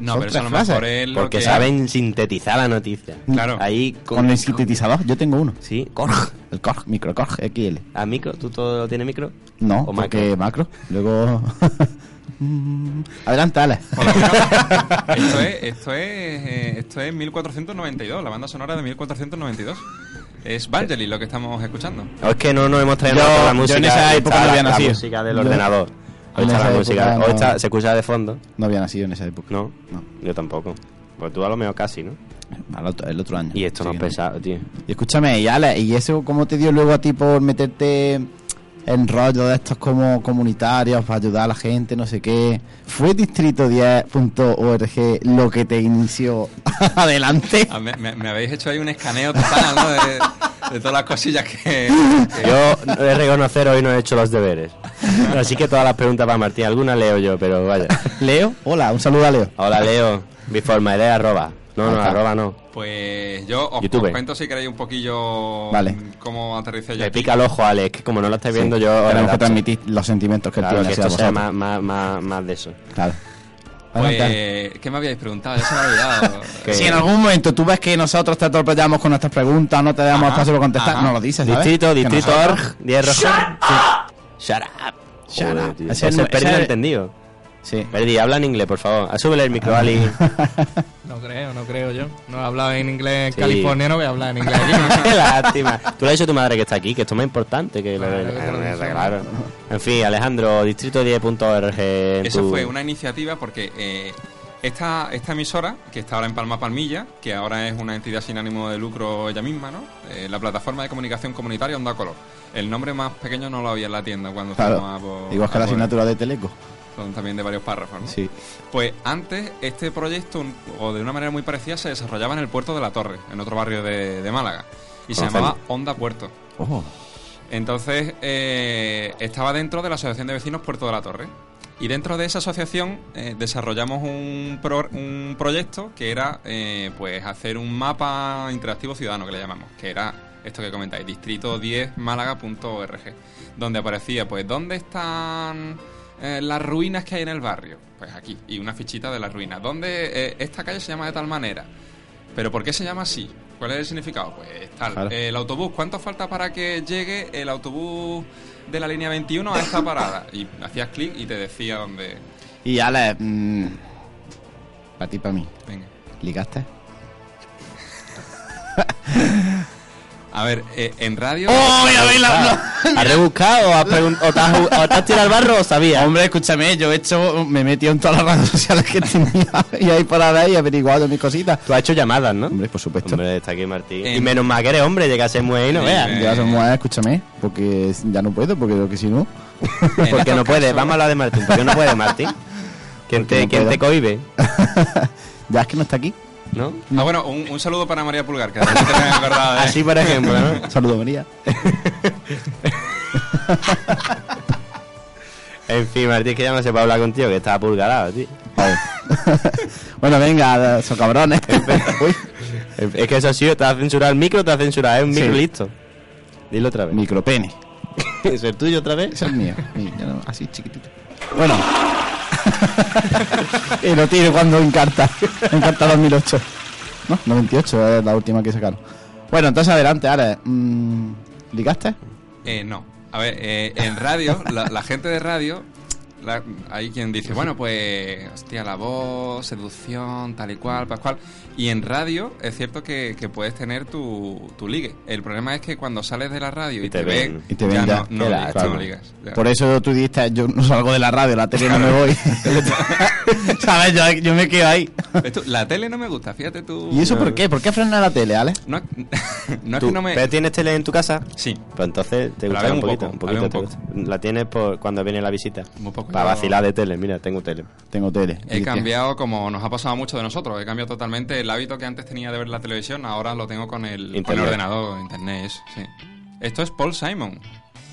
Speaker 4: No,
Speaker 3: Son
Speaker 4: pero eso a
Speaker 3: tres
Speaker 4: lo
Speaker 3: frases.
Speaker 4: mejor <laughs> es lo
Speaker 2: Porque
Speaker 4: que-
Speaker 2: saben sintetizar la noticia.
Speaker 4: Claro.
Speaker 2: Ahí
Speaker 3: Con, el sintetizador, yo tengo uno.
Speaker 4: <laughs>
Speaker 2: Sí, Korg.
Speaker 3: El Korg, microcorg XL.
Speaker 2: ¿A micro? ¿Tú todo tiene micro?
Speaker 3: No,
Speaker 2: ¿O
Speaker 3: porque macro. Luego. <laughs> Mm, Adelante, Ale.
Speaker 4: Por lo menos, esto es, esto es, eh, esto es 1492, la banda sonora de 1492. Es Vangelis lo que estamos escuchando.
Speaker 2: O es que no nos hemos traído
Speaker 3: Yo-
Speaker 2: nosotros la
Speaker 3: yo en
Speaker 2: música.
Speaker 3: esa
Speaker 2: está
Speaker 3: época no
Speaker 2: la-
Speaker 3: había
Speaker 2: la
Speaker 3: nacido.
Speaker 2: música del
Speaker 3: Yo-
Speaker 2: ordenador. Hoy
Speaker 3: en
Speaker 2: está
Speaker 3: esa
Speaker 2: la
Speaker 3: época
Speaker 2: música.
Speaker 3: no-
Speaker 2: Hoy está, se escucha de fondo.
Speaker 3: No había nacido en esa época.
Speaker 2: No,
Speaker 3: No.
Speaker 2: yo tampoco. Pues tú a lo mejor casi, ¿no?
Speaker 3: Al otro- el otro año.
Speaker 2: Y esto no
Speaker 3: Sí,
Speaker 2: es
Speaker 3: ¿no?
Speaker 2: pesado, tío.
Speaker 3: Y escúchame, y Ale, ¿y eso cómo te dio luego a ti por meterte en rollo de estos como comunitarios para ayudar a la gente, no sé qué? ¿Fue distrito10.org lo que te inició <laughs> adelante?
Speaker 4: Ah, Me, me- me habéis hecho ahí un escaneo total, ¿no? De, de todas las cosillas que. que-
Speaker 2: Yo he de reconocer hoy no he hecho los deberes. Así que todas las preguntas para Martín. Algunas leo yo, pero vaya.
Speaker 3: Leo, hola, un saludo a Leo.
Speaker 2: Hola, Leo. Biformaere arroba. No,
Speaker 3: Ahí
Speaker 2: no,
Speaker 3: está.
Speaker 2: arroba no.
Speaker 4: Pues yo os,
Speaker 2: YouTube.
Speaker 4: os cuento si queréis un poquillo
Speaker 3: Vale.
Speaker 4: mm, cómo aterricé yo.
Speaker 2: Me
Speaker 4: aquí.
Speaker 2: pica el ojo, Alex, que como no lo estáis viendo
Speaker 3: Sí,
Speaker 2: yo... ahora
Speaker 3: tenemos que
Speaker 2: gacho.
Speaker 3: transmitir los sentimientos que él
Speaker 2: Claro,
Speaker 3: tiene
Speaker 2: que
Speaker 3: hacia
Speaker 2: esto sea
Speaker 3: vosotros.
Speaker 2: más, más, más, más de eso.
Speaker 3: Claro. Adelante, Ale.
Speaker 4: Pues, ¿qué me habíais preguntado? Ya se me ha
Speaker 3: <laughs>
Speaker 4: olvidado.
Speaker 2: Que-
Speaker 3: Si en algún momento tú ves que nosotros te atropellamos con nuestras preguntas, no te damos
Speaker 4: Ajá,
Speaker 3: espacio para contestar,
Speaker 4: ajá.
Speaker 3: no lo dices, ¿sabes?
Speaker 2: Distrito,
Speaker 3: Que
Speaker 2: distrito
Speaker 3: nosotros-
Speaker 2: org, 10 rojo. Sí. Shut up.
Speaker 3: Shut
Speaker 2: Joder,
Speaker 3: up.
Speaker 2: tío.
Speaker 3: Ese
Speaker 2: Ese
Speaker 3: es-
Speaker 2: Perdi
Speaker 3: ese
Speaker 2: no
Speaker 3: es-
Speaker 2: ha entendido.
Speaker 3: Sí.
Speaker 2: Perdi, habla en inglés, por favor. Súbele el micro, Ali. <laughs>
Speaker 7: No creo, no creo yo. No he hablado en inglés en
Speaker 2: Sí.
Speaker 7: California, no voy a hablar en inglés
Speaker 2: <laughs>
Speaker 7: aquí.
Speaker 2: Qué Lástima. Tú le has dicho a tu madre que está aquí, que esto es más importante que lo
Speaker 7: Claro,
Speaker 2: del-
Speaker 7: que te lo
Speaker 2: eh,
Speaker 7: digo.
Speaker 2: claro. En fin, Alejandro, distrito10.org. en
Speaker 4: Eso
Speaker 2: tu-
Speaker 4: fue una iniciativa porque eh, esta, esta emisora, que está ahora en Palma Palmilla, que ahora es una entidad sin ánimo de lucro ella misma, ¿no? Eh, la plataforma de comunicación comunitaria Onda Color. El nombre más pequeño no lo había en la tienda cuando fuimos a
Speaker 3: Claro.
Speaker 4: por-
Speaker 3: Igual que la
Speaker 4: a por-
Speaker 3: asignatura de Teleco.
Speaker 4: Son también de varios párrafos, ¿no?
Speaker 3: Sí.
Speaker 4: Pues antes, este proyecto, un- o de una manera muy parecida, se desarrollaba en el puerto de La Torre, en otro barrio de, de Málaga. Y se
Speaker 2: Conocemos.
Speaker 4: llamaba Onda Puerto. Entonces eh, estaba dentro de la Asociación de Vecinos Puerto de la Torre. Y dentro de esa asociación eh, desarrollamos un, pro- un proyecto que era eh, pues hacer un mapa interactivo ciudadano que le llamamos, que era esto que comentáis, distrito10málaga.org, donde aparecía pues dónde están eh, las ruinas que hay en el barrio, pues aquí, y una fichita de las ruinas, dónde eh, esta calle se llama de tal manera, ¿Pero por qué se llama así? ¿Cuál es el significado? Pues tal.
Speaker 3: Claro.
Speaker 4: El autobús, ¿cuánto falta para que llegue el autobús de la línea 21 a esta parada? Y hacías clic y te decía dónde.
Speaker 3: Y Ale, mm, para ti, para mí.
Speaker 4: Venga.
Speaker 3: <laughs> ¿Ligaste?
Speaker 4: A ver, eh, en radio.
Speaker 2: ¿Has rebuscado o, has pregun- o te has ju- o te has tirado al barro o sabías?
Speaker 3: Hombre, escúchame, yo he hecho, me he metido en todas las redes sociales que <laughs> tenía y ahí para ver y he averiguado mis cositas.
Speaker 2: Tú has hecho llamadas, ¿no?
Speaker 3: Hombre, por supuesto.
Speaker 2: Hombre, está aquí Martín.
Speaker 4: Eh,
Speaker 2: Y menos mal que eres hombre, llega a ser muy no
Speaker 4: Sí,
Speaker 2: veas.
Speaker 4: eh,
Speaker 3: Ya son mujeres, escúchame, porque ya no puedo, porque lo que si no.
Speaker 4: en
Speaker 2: Porque
Speaker 4: estos
Speaker 2: no puede,
Speaker 4: casos-
Speaker 2: vamos a hablar de Martín. ¿Por qué no puede Martín? ¿Quién
Speaker 3: Porque
Speaker 2: te,
Speaker 3: no
Speaker 2: quién
Speaker 3: puedo.
Speaker 2: te cohibe?
Speaker 3: ya es que no está aquí.
Speaker 2: ¿No?
Speaker 4: Ah, bueno, un, un saludo para María Pulgar, que de repente me he acordado
Speaker 2: <laughs>
Speaker 4: de.
Speaker 2: Así, por ejemplo, <laughs> ¿no?
Speaker 3: Saludo, María.
Speaker 2: En fin, Martín, es que ya no se puede hablar contigo, que está apurgalado, tío.
Speaker 3: bueno, venga, son cabrones. Uy,
Speaker 2: Es que eso ha sido, te ha censurado el micro, te ha censurado, es un micro
Speaker 3: Sí.
Speaker 2: listo. Dilo otra <laughs> vez.
Speaker 3: micropene.
Speaker 2: ¿Es el tuyo otra vez?
Speaker 3: Ese es mío. mío, yo no- así chiquitito. <laughs> Bueno. y lo tiro cuando encarta. Encarta 2008. No, 98 es la última que sacaron. Bueno, entonces adelante, Alex. Mm, ¿Ligaste?
Speaker 4: Eh, no. A ver, eh, en radio, la, la gente de radio, la- hay quien dice, bueno, pues, hostia, la voz, seducción, tal y cual, pascual. Y en radio es cierto que, que puedes tener tu, tu ligue. El problema es que cuando sales de la radio y,
Speaker 2: te
Speaker 4: te,
Speaker 2: ven.
Speaker 4: ven,
Speaker 3: Y te ven ya.
Speaker 4: no, no
Speaker 2: Qué
Speaker 4: ligas,
Speaker 2: lástima.
Speaker 4: no ligas. Ya.
Speaker 3: Por eso tú dijiste, yo no salgo de la radio, la tele no me voy. ¿Sabes? Yo, yo me quedo ahí.
Speaker 4: Ves tú, La tele no me gusta, fíjate tú.
Speaker 3: e- ¿Y eso por qué? ¿Por qué frenar la tele, Alex?
Speaker 4: No, <laughs> no es
Speaker 2: ¿Tú
Speaker 4: que no me...
Speaker 2: pero tienes tele en tu casa?
Speaker 4: Sí,
Speaker 2: Pues entonces te
Speaker 4: La
Speaker 2: gusta
Speaker 4: veo
Speaker 2: un
Speaker 4: un
Speaker 2: poquito,
Speaker 4: poco,
Speaker 2: un
Speaker 4: la
Speaker 2: poquito.
Speaker 4: veo un
Speaker 2: te gusta. La tienes por cuando viene la visita.
Speaker 4: Muy poco.
Speaker 2: Para
Speaker 4: Yo-
Speaker 2: vacilar de tele, mira, tengo tele.
Speaker 3: Tengo tele.
Speaker 4: He
Speaker 3: Y-
Speaker 4: cambiado, como nos ha pasado a muchos de nosotros, he cambiado totalmente el hábito que antes tenía de ver la televisión, ahora lo tengo con el, con el
Speaker 2: Internet.
Speaker 4: ordenador, internet, eso, sí. Esto es Paul Simon.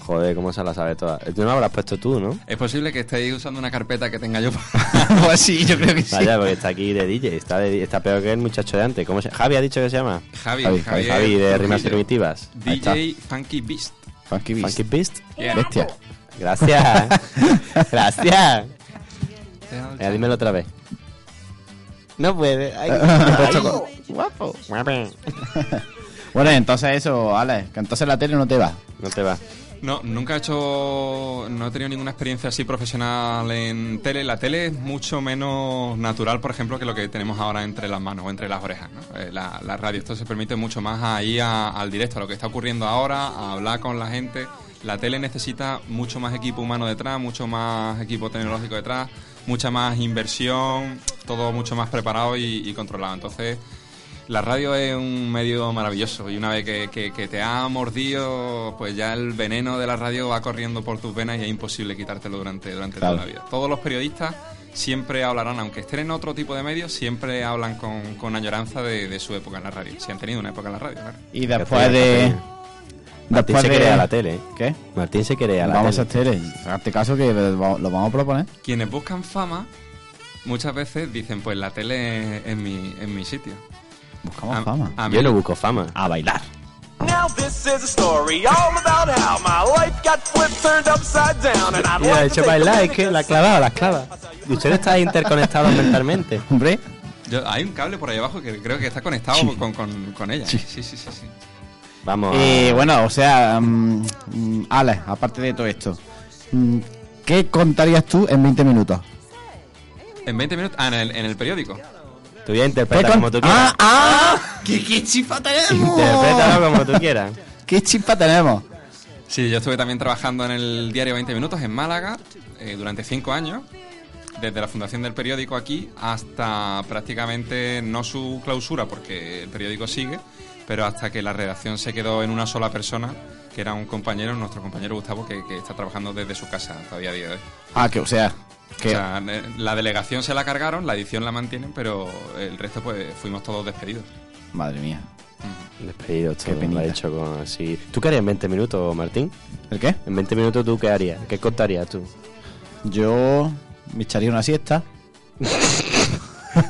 Speaker 2: Joder, cómo se la sabe toda. Tú no la habrás puesto tú, ¿no?
Speaker 4: Es posible que estéis usando una carpeta que tenga
Speaker 3: <laughs>
Speaker 4: yo <laughs>
Speaker 3: pues sí, yo creo que sí.
Speaker 2: Vaya, porque está aquí de DJ, está, de- está peor que el muchacho de antes. ¿Cómo se, Javi ha dicho que se llama.
Speaker 4: Javi,
Speaker 3: Javi,
Speaker 4: Eh, Javi,
Speaker 3: Javi,
Speaker 2: Javi de Rimas
Speaker 4: Trujillo.
Speaker 2: Primitivas. Ahí está.
Speaker 4: DJ Funky Beast.
Speaker 3: Funky Beast.
Speaker 2: Funky Beast.
Speaker 3: Bestia.
Speaker 2: Gracias.
Speaker 3: <laughs>
Speaker 2: Gracias. Mira, dímelo otra vez. No puede.
Speaker 3: <laughs>
Speaker 2: Ay, guapo.
Speaker 3: Bueno, entonces eso, Alex, que entonces la tele no te va.
Speaker 2: No te va.
Speaker 4: No, nunca he hecho. No he tenido ninguna experiencia así profesional en tele. La tele es mucho menos natural, por ejemplo, que lo que tenemos ahora entre las manos o entre las orejas. ¿no? Eh, la, la radio, esto se permite mucho más ahí a- al directo, a lo que está ocurriendo ahora, a hablar con la gente. La tele necesita mucho más equipo humano detrás, mucho más equipo tecnológico detrás, mucha más inversión, todo mucho más preparado y- y controlado. Entonces. La radio es un medio maravilloso y una vez que, que- que te ha mordido, pues ya el veneno de la radio va corriendo por tus venas y es imposible quitártelo durante, durante
Speaker 3: Claro.
Speaker 4: toda la vida. Todos los periodistas siempre hablarán, aunque estén en otro tipo de medios, siempre hablan con, con añoranza de, de su época en la radio. Si han tenido una época en la radio, claro.
Speaker 3: Y
Speaker 2: Ya
Speaker 3: después
Speaker 2: te-
Speaker 3: de.
Speaker 2: Martín
Speaker 3: Después
Speaker 2: se
Speaker 3: de.
Speaker 2: quiere a la tele. ¿eh?
Speaker 3: ¿Qué?
Speaker 2: Martín se quiere a la
Speaker 3: vamos a
Speaker 2: tele.
Speaker 3: hacer tele. Hazte caso que lo vamos lo vamos a proponer.
Speaker 4: Quienes buscan fama muchas veces dicen, pues la tele es, es mi, es mi sitio.
Speaker 3: Buscamos
Speaker 4: A-
Speaker 3: Oh, fama.
Speaker 4: a mí-
Speaker 2: Yo no busco fama.
Speaker 3: A bailar.
Speaker 5: Now this is a story all about how my life got flipped, turned upside down, and I'd
Speaker 2: Mira,
Speaker 5: like
Speaker 2: ha
Speaker 5: to
Speaker 2: hecho
Speaker 5: take a
Speaker 2: bailar, es
Speaker 5: minute
Speaker 2: que
Speaker 5: to
Speaker 2: la clavaba, la clava. Y ustedes están interconectados <laughs> mentalmente.
Speaker 3: Hombre,
Speaker 4: yo- hay un cable por ahí abajo que creo que está conectado con, con- con ella. Sí, sí, sí, sí.
Speaker 2: Vamos. a-
Speaker 3: Eh, bueno, o sea, mm, mm, Alex, aparte de todo esto, mm, ¿qué contarías tú en 20 minutos?
Speaker 4: En 20 minutos. Ah, en el- en el periódico.
Speaker 2: Te voy a
Speaker 3: ¿Qué
Speaker 2: interpretar
Speaker 3: con-
Speaker 2: como tú quieras.
Speaker 3: ¡Ah! ah! <laughs> ¿Qué, qué chispa tenemos!
Speaker 2: Interprétalo como tú quieras.
Speaker 3: ¿Qué chispa tenemos?
Speaker 4: Sí, yo estuve también trabajando en el diario 20 Minutos en Málaga eh, durante cinco años, desde la fundación del periódico aquí hasta prácticamente no su clausura, porque el periódico sigue, pero hasta que la redacción se quedó en una sola persona, que era un compañero, nuestro compañero Gustavo, que, que está trabajando desde su casa todavía a día de hoy.
Speaker 3: Ah, que o sea, que
Speaker 4: O sea, eh, la delegación se la cargaron, la edición la mantienen, pero el resto pues fuimos todos despedidos.
Speaker 3: madre mía.
Speaker 2: Despedido,
Speaker 3: Qué
Speaker 2: todo lo ha
Speaker 3: penita.
Speaker 2: hecho con así. ¿Tú qué harías en 20 minutos, Martín?
Speaker 3: ¿El qué?
Speaker 2: En 20 minutos, ¿tú qué harías? ¿Qué contarías tú?
Speaker 3: Yo me echaría una siesta.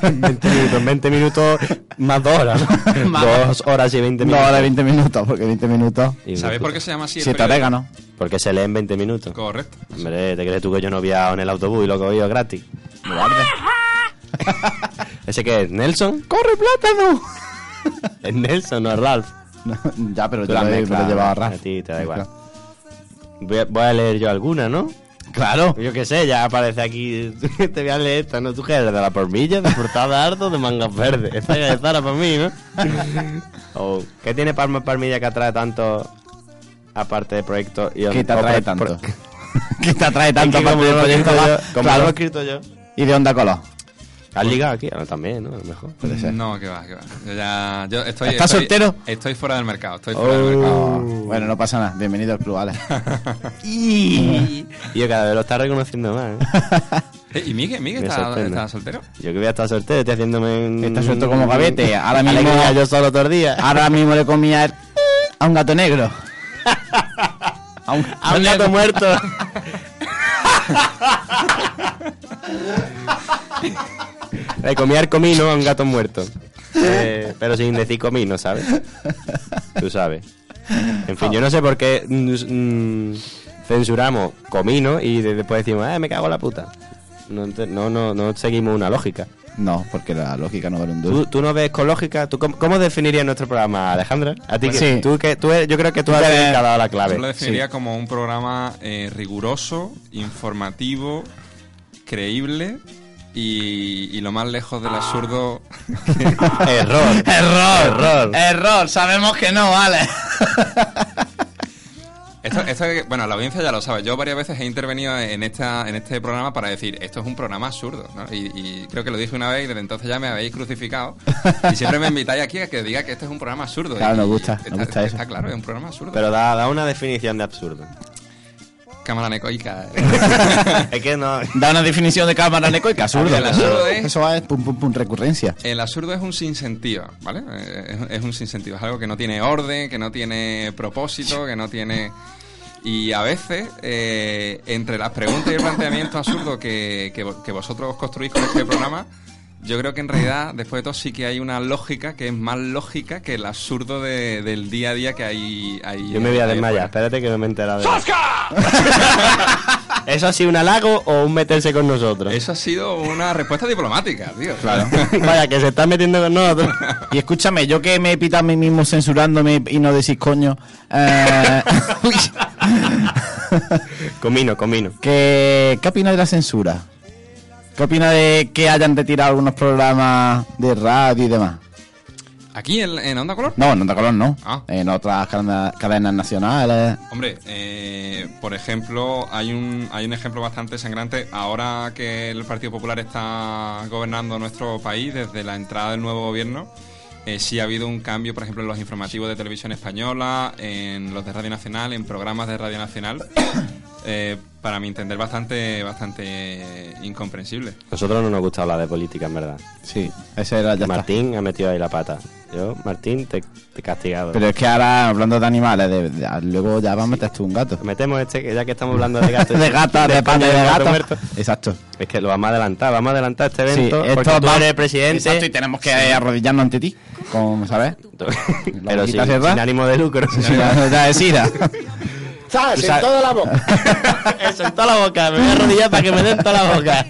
Speaker 2: En 20 minutos, en 20 minutos, <laughs> más dos horas, ¿no? dos horas y 20
Speaker 3: No,
Speaker 2: minutos.
Speaker 3: ahora 20 minutos, porque 20 minutos.
Speaker 2: Y-
Speaker 4: ¿Sabes por qué se llama así? el
Speaker 3: Siete
Speaker 4: periódico?
Speaker 3: orégano.
Speaker 2: Porque se lee en 20 minutos.
Speaker 4: Correcto.
Speaker 2: Hombre, ¿te crees tú que yo no viajado en el autobús y lo he cogido gratis?
Speaker 3: Ah,
Speaker 2: ¿Ese qué es? ¿Nelson?
Speaker 3: ¡Corre, plátano!
Speaker 2: <laughs> Es Nelson, no es Ralph.
Speaker 3: No, <laughs> ya, pero
Speaker 2: Tú
Speaker 3: yo
Speaker 2: la
Speaker 3: lo, he- me
Speaker 2: mezclas,
Speaker 3: lo llevaba a
Speaker 2: a
Speaker 3: ras.
Speaker 2: ti te da igual. Voy a, voy a leer yo alguna, ¿no?
Speaker 3: Claro.
Speaker 2: Yo qué sé, ya aparece aquí. <laughs> Te voy a leer esta, ¿no? Tú que eres de la pormilla, de frutada harto, de mangas verdes. Esta es de Zara para mí,
Speaker 3: <laughs>
Speaker 2: ¿no? Oh, ¿Qué tiene Palma Palmilla que atrae tanto? Aparte de proyectos y
Speaker 3: ¿Qué te
Speaker 2: o
Speaker 3: atrae
Speaker 2: pro-
Speaker 3: tanto?
Speaker 2: pro-
Speaker 3: <laughs> ¿Qué te atrae
Speaker 2: Es
Speaker 3: tanto?
Speaker 2: que como
Speaker 3: aparte
Speaker 2: lo
Speaker 3: del
Speaker 2: he
Speaker 3: proyecto
Speaker 2: escrito yo-
Speaker 3: Blas?
Speaker 2: como lo he
Speaker 3: Claro.
Speaker 2: escrito yo.
Speaker 3: Y de onda color.
Speaker 2: ¿Has ligado aquí? Ah, También, ¿no? A lo mejor.
Speaker 4: No, que va, que va. Yo ya. Yo estoy,
Speaker 3: ¿Estás
Speaker 4: estoy-
Speaker 3: soltero? Oh.
Speaker 4: Estoy fuera del mercado, estoy fuera del
Speaker 2: Uh.
Speaker 4: mercado.
Speaker 3: Ah, Bueno, no pasa nada. Bienvenido al club,
Speaker 2: <laughs>
Speaker 3: Alex.
Speaker 2: Y <laughs> yo cada vez lo está reconociendo más. ¿eh?
Speaker 4: Eh, ¿Y Miguel? ¿Miguel
Speaker 2: Me
Speaker 4: está,
Speaker 2: sorprende.
Speaker 4: está soltero?
Speaker 2: Yo que voy a estar soltero, estoy haciéndome. un-
Speaker 3: Está suelto como
Speaker 2: <laughs>
Speaker 3: gavete. Ahora mismo-
Speaker 2: Alegría yo solo todo el día.
Speaker 3: <laughs> Ahora mismo le comía el- a un
Speaker 2: <laughs>
Speaker 3: gato negro. A un,
Speaker 2: A un gato <laughs> muerto. Le comía el comino a un gato muerto. Eh, pero sin decir comino, ¿sabes? Tú sabes. En fin, yo no sé por qué mm, mm, censuramos "Eh, comino y de- después decimos, ah, me cago en la puta. No, ent- no, no, no seguimos una lógica.
Speaker 3: No, porque la lógica no vale un duro.
Speaker 2: ¿Tú, tú no ves ecológica? ¿Tú, cómo, cómo definirías nuestro programa, Alejandra? A ti
Speaker 3: Bueno,
Speaker 2: que,
Speaker 3: sí.
Speaker 2: tú, que, tú eres- Pues yo creo que tú
Speaker 3: Tú
Speaker 2: has
Speaker 3: eres-
Speaker 2: dado la clave.
Speaker 4: Yo lo definiría como un programa eh, riguroso, informativo, creíble y, y lo más lejos
Speaker 3: Ah.
Speaker 4: del absurdo.
Speaker 2: Error. Error. Uh. Error.
Speaker 3: Error, sabemos que no, vale.
Speaker 4: Esto, esto que- bueno, la audiencia ya lo sabe. Yo varias veces he intervenido en, esta, en este programa para decir, esto es un programa absurdo. ¿no? Y, y creo que lo dije una vez y desde entonces ya me habéis crucificado. Y siempre me invitáis aquí a que diga que esto es un programa absurdo.
Speaker 3: Claro,
Speaker 4: Y-
Speaker 3: nos
Speaker 4: y
Speaker 3: gusta, nos
Speaker 4: está,
Speaker 3: gusta eso.
Speaker 4: Está claro, es un programa absurdo.
Speaker 2: Pero da, da una definición de
Speaker 3: <laughs>
Speaker 2: absurdo. <laughs>
Speaker 4: Cámara necoica.
Speaker 2: es que no.
Speaker 3: Da una definición de cámara necoica, absurdo.
Speaker 4: El absurdo
Speaker 2: ¿eh?
Speaker 4: es-
Speaker 3: Eso es pum, pum, pum, recurrencia.
Speaker 4: El absurdo es un sinsentido, ¿vale? Eh, Es, es un sinsentido, es algo que no tiene orden, que no tiene propósito, que no tiene... Y a veces, eh, entre las preguntas y el planteamiento absurdo que, que vo- que vosotros construís con este programa, yo creo que en realidad, después de todo, sí que hay una lógica que es más lógica que el absurdo de- del día a día que hay... hay-
Speaker 2: Yo me voy a
Speaker 4: hay
Speaker 2: desmayar.
Speaker 4: afuera.
Speaker 2: Espérate que no me he enterado. de- ¿Eso ha sido un halago o un meterse con nosotros?
Speaker 4: Eso ha sido una respuesta diplomática, tío.
Speaker 2: <laughs> Vaya, que se está metiendo con
Speaker 3: <laughs>
Speaker 2: nosotros.
Speaker 3: Y escúchame, yo que me he pitado a mí mismo censurándome y no decís coño. eh, <laughs>
Speaker 2: Comino, comino.
Speaker 3: que- ¿Qué opina de la censura? ¿Qué opina de que hayan retirado algunos programas de radio y demás?
Speaker 4: Aquí en, en Onda Color.
Speaker 3: No, en Onda Colón no.
Speaker 4: Ah.
Speaker 3: En otras cadena- cadenas nacionales.
Speaker 4: Hombre, eh, por ejemplo, hay un, hay un ejemplo bastante sangrante. Ahora que el Partido Popular está gobernando nuestro país desde la entrada del nuevo gobierno, eh, sí ha habido un cambio, por ejemplo, en los informativos de televisión española, en los de Radio Nacional, en programas de Radio Nacional. <coughs> eh, para mi entender, bastante, bastante incomprensible.
Speaker 2: Nosotros no nos gusta hablar de política, en verdad.
Speaker 3: Sí, ese era ya está.
Speaker 2: Martín ha metido ahí la pata. Yo, Martín, te, te he castigado.
Speaker 3: Pero es que ahora, hablando de animales, de- de- luego ya vas a meter tú un gato.
Speaker 2: Metemos este, que ya que estamos hablando de
Speaker 3: <laughs>
Speaker 2: gatos.
Speaker 3: de gata, de
Speaker 2: España
Speaker 3: pata,
Speaker 2: y
Speaker 3: de
Speaker 2: gato
Speaker 3: gata.
Speaker 2: muerto.
Speaker 3: Exacto.
Speaker 2: Es que lo vamos a adelantar, vamos a adelantar este
Speaker 3: Sí,
Speaker 2: evento. porque
Speaker 3: esto
Speaker 2: tú
Speaker 3: va-
Speaker 2: eres presidente.
Speaker 3: Exacto, y tenemos que arrodillarnos ante ti. Como, ¿sabes?
Speaker 2: <laughs> Pero sin,
Speaker 3: boquita cerrada.
Speaker 2: sin ánimo de lucro.
Speaker 3: Sí,
Speaker 2: <laughs>
Speaker 3: la- la de Sira.
Speaker 2: Tú sabes- Eso, <laughs> en toda la boca. Me voy a arrodillar para que me den toda la boca.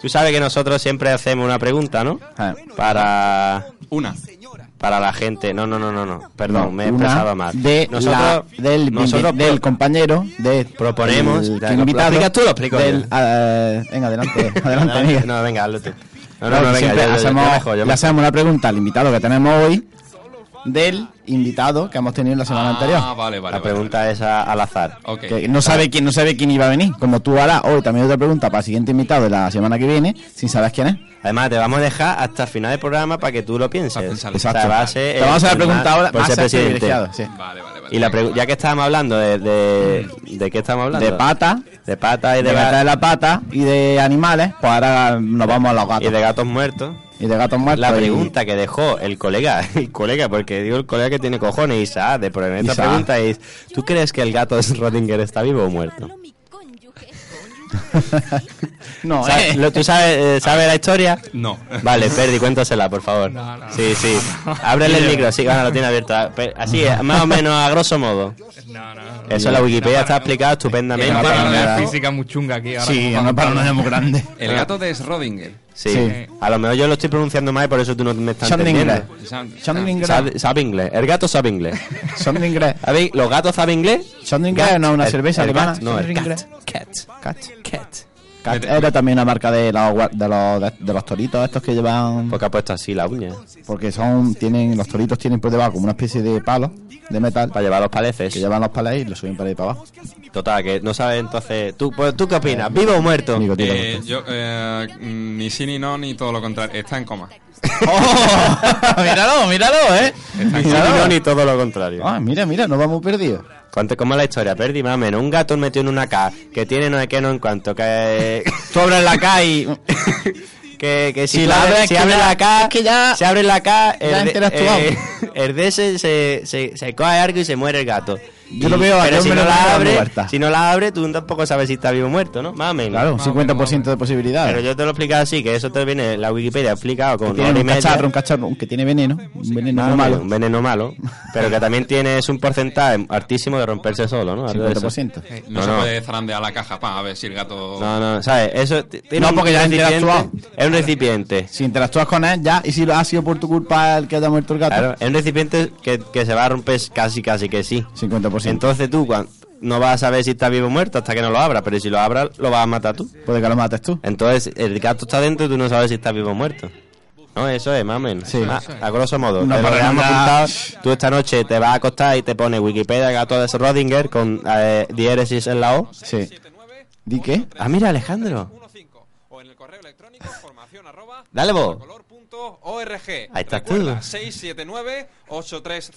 Speaker 2: Tú sabes que nosotros siempre hacemos una pregunta, ¿no?
Speaker 3: Ah.
Speaker 2: Para,
Speaker 4: Una.
Speaker 2: para la gente. No, no, no, no, no. Perdón,
Speaker 3: No,
Speaker 2: me he
Speaker 3: una
Speaker 2: expresado mal.
Speaker 3: De
Speaker 2: nosotros,
Speaker 3: la- del,
Speaker 2: nosotros
Speaker 3: del
Speaker 2: pro-
Speaker 3: compañero, de,
Speaker 2: proponemos-
Speaker 3: del
Speaker 2: ya,
Speaker 3: que
Speaker 2: ¿lo
Speaker 3: invitado,
Speaker 2: explicas tú o lo explico yo?
Speaker 3: del- ah, venga,
Speaker 2: <laughs>
Speaker 3: adelante, adelante, amiga.
Speaker 2: No, venga, hazlo tú. No,
Speaker 3: Claro,
Speaker 2: no, no,
Speaker 3: que
Speaker 2: venga,
Speaker 3: siempre
Speaker 2: yo- yo- yo
Speaker 3: hacemos,
Speaker 2: me jodo, yo
Speaker 3: le
Speaker 2: me-
Speaker 3: hacemos una pregunta al invitado que tenemos hoy del invitado que hemos tenido la semana
Speaker 4: Ah,
Speaker 3: anterior.
Speaker 4: vale, vale.
Speaker 2: La
Speaker 4: vale,
Speaker 2: pregunta es a- al azar.
Speaker 4: vale. Ok.
Speaker 3: Que no sabe quién, no sabe quién iba a venir. Como tú harás hoy también otra pregunta para el siguiente invitado de la semana que viene, sin saber quién es.
Speaker 2: Además, te vamos a dejar hasta el final del programa para que tú lo
Speaker 4: Para
Speaker 2: pienses.
Speaker 4: pensarlo.
Speaker 2: O sea,
Speaker 3: Exacto.
Speaker 2: va a ser
Speaker 3: Te
Speaker 2: el-
Speaker 3: vamos a la
Speaker 2: el
Speaker 3: pregunta
Speaker 2: más-
Speaker 3: ahora
Speaker 2: Eh, pues por
Speaker 3: más
Speaker 2: ser presidente.
Speaker 3: privilegiado, sí.
Speaker 4: Vale, vale, vale.
Speaker 2: Y la
Speaker 4: Venga,
Speaker 2: pregu- ya que estábamos hablando de, de,
Speaker 4: Mm.
Speaker 2: de qué estamos hablando.
Speaker 3: De pata,
Speaker 2: De pata y
Speaker 3: de
Speaker 2: de,
Speaker 3: gata de
Speaker 2: gatos
Speaker 3: la pata y de animales, pues ahora nos vamos a los
Speaker 2: y de
Speaker 3: gatos.
Speaker 2: gatos muertos.
Speaker 3: Y de gatos muertos.
Speaker 2: La
Speaker 3: y-
Speaker 2: pregunta que dejó el colega, <laughs> el colega, porque digo el colega que tiene cojones, Isa, de poner esta
Speaker 3: Isaac.
Speaker 2: pregunta es, ¿tú crees que el gato de Schrödinger está vivo o muerto?
Speaker 6: Carlos, mi <laughs> cónyuge.
Speaker 3: <laughs> No,
Speaker 2: ¿Sabes-
Speaker 3: eh.
Speaker 2: lo- ¿Tú sabes, eh, sabes la historia?
Speaker 4: No.
Speaker 2: Vale, Perdi, cuéntasela, por favor.
Speaker 7: No, no.
Speaker 2: sí, sí. Ábrele el micro, sí, bueno, lo tiene abierto. Ah, pe- Así, eh, más o menos, a grosso modo.
Speaker 7: No, no. no.
Speaker 2: Eso en la Wikipedia está explicado
Speaker 7: Era
Speaker 2: estupendamente.
Speaker 7: una
Speaker 3: para
Speaker 7: paranoia
Speaker 3: nada.
Speaker 7: física muy chunga aquí. Ahora
Speaker 3: Sí,
Speaker 7: como
Speaker 3: no
Speaker 7: cuando-
Speaker 3: para una muy grande.
Speaker 4: El gato de Schrödinger.
Speaker 2: Sí.
Speaker 3: Sí.
Speaker 2: A lo mejor yo lo estoy pronunciando mal y por eso tú no me estás
Speaker 3: Son de
Speaker 2: entendiendo. Ah,
Speaker 3: Son de inglés.
Speaker 2: Sabe, sabe inglés. El gato sabe inglés.
Speaker 3: Son de inglés.
Speaker 2: ¿Sabéis? ¿Los gatos saben inglés?
Speaker 3: Son de inglés, no una
Speaker 2: El-
Speaker 3: cerveza
Speaker 2: el
Speaker 3: alemana.
Speaker 2: cat, no,
Speaker 3: Son de
Speaker 2: el cat.
Speaker 3: inglés.
Speaker 2: Cat.
Speaker 3: Cat.
Speaker 2: Cat.
Speaker 3: Cat era también una marca de los, gua- de los, de los toritos estos que llevan
Speaker 2: Porque ha puesto así la uña.
Speaker 3: porque son tienen los toritos tienen por debajo como una especie de palo de metal
Speaker 2: Para llevar los
Speaker 3: que
Speaker 2: paleces.
Speaker 3: llevan los palés y los suben para ahí
Speaker 2: <laughs>
Speaker 3: para abajo
Speaker 2: Total, que no sabes entonces. ¿Tú, pues, ¿tú qué opinas? ¿Vivo o muerto?
Speaker 3: Amigo, tío,
Speaker 4: Eh, yo, eh, mm, ni sí ni no, ni todo lo contrario. Está en coma.
Speaker 3: <laughs> ¡Oh! míralo míralo eh
Speaker 2: <laughs> Ni sí, ni no, ni todo lo contrario.
Speaker 3: ah, mira mira nos vamos perdidos
Speaker 2: Cuente cómo es la historia, perdí más o menos. Un gato metió en una caja que tiene no sé qué, no en cuanto <laughs> que.
Speaker 3: tú abres la K y
Speaker 2: <laughs> que, que si,
Speaker 3: Si
Speaker 2: tú
Speaker 3: la
Speaker 2: abres-
Speaker 3: abres,
Speaker 2: si
Speaker 3: que
Speaker 2: abre
Speaker 3: ya-
Speaker 2: la caja,
Speaker 3: es que ya-
Speaker 2: si abre la caja,
Speaker 3: <laughs> ya
Speaker 2: el, de-
Speaker 3: interactuamos.
Speaker 2: eh, el de ese se, se, se coge algo y se muere el gato.
Speaker 3: Yo lo veo a
Speaker 2: pero
Speaker 3: Dios
Speaker 2: si
Speaker 3: me
Speaker 2: no
Speaker 3: lo
Speaker 2: la
Speaker 3: dando
Speaker 2: abre,
Speaker 3: vueltas.
Speaker 2: si no la abre, tú tampoco sabes si está vivo o muerto, ¿no? Más o menos.
Speaker 3: Claro, un 50% de
Speaker 2: Pero
Speaker 3: posibilidades.
Speaker 2: yo te lo he explicado así, que eso te viene, la Wikipedia explicado con
Speaker 3: Tiene
Speaker 2: hora y
Speaker 3: un
Speaker 2: media.
Speaker 3: cacharro, un cacharro, un que tiene veneno, un veneno
Speaker 2: Más
Speaker 3: muy
Speaker 2: o menos,
Speaker 3: malo.
Speaker 2: un veneno malo, pero que también tienes un porcentaje altísimo de romperse solo, ¿no? Algo de eso.
Speaker 3: 50%.
Speaker 2: No,
Speaker 4: No, se
Speaker 2: no.
Speaker 4: puede zarandear la caja para ver si el gato.
Speaker 2: No, no, ¿sabes? Eso t- tiene
Speaker 3: No,
Speaker 2: un
Speaker 3: porque ya han
Speaker 2: recipiente-
Speaker 3: interactuado.
Speaker 2: Es un recipiente.
Speaker 3: Si interactúas con él, ya. Y si lo ha sido por tu culpa el que haya muerto el gato,
Speaker 2: Claro, es un recipiente que, que se va a romper casi, casi que sí.
Speaker 3: 50%.
Speaker 2: Pues Entonces tú cuan- no vas a saber si está vivo o muerto hasta que no lo abras, pero si lo abras, lo vas a matar tú.
Speaker 3: Puede Pues que lo mates tú.
Speaker 2: Entonces el gato está dentro y tú no sabes si está vivo o muerto. No, eso es, mamen. Ma- a grosso modo.
Speaker 3: Una
Speaker 2: Te lo
Speaker 3: parranda.
Speaker 2: dejamos apuntado. Tú esta noche te vas a acostar y te pones Wikipedia Gato de Schrödinger con eh, diéresis en la O.
Speaker 3: Sí. ¿Di qué?
Speaker 2: Ah, mira, Alejandro.
Speaker 8: o en el correo electrónico formación arroba
Speaker 2: Dale vos.
Speaker 8: color.org.
Speaker 2: Ahí estás tú.
Speaker 8: Recuerda,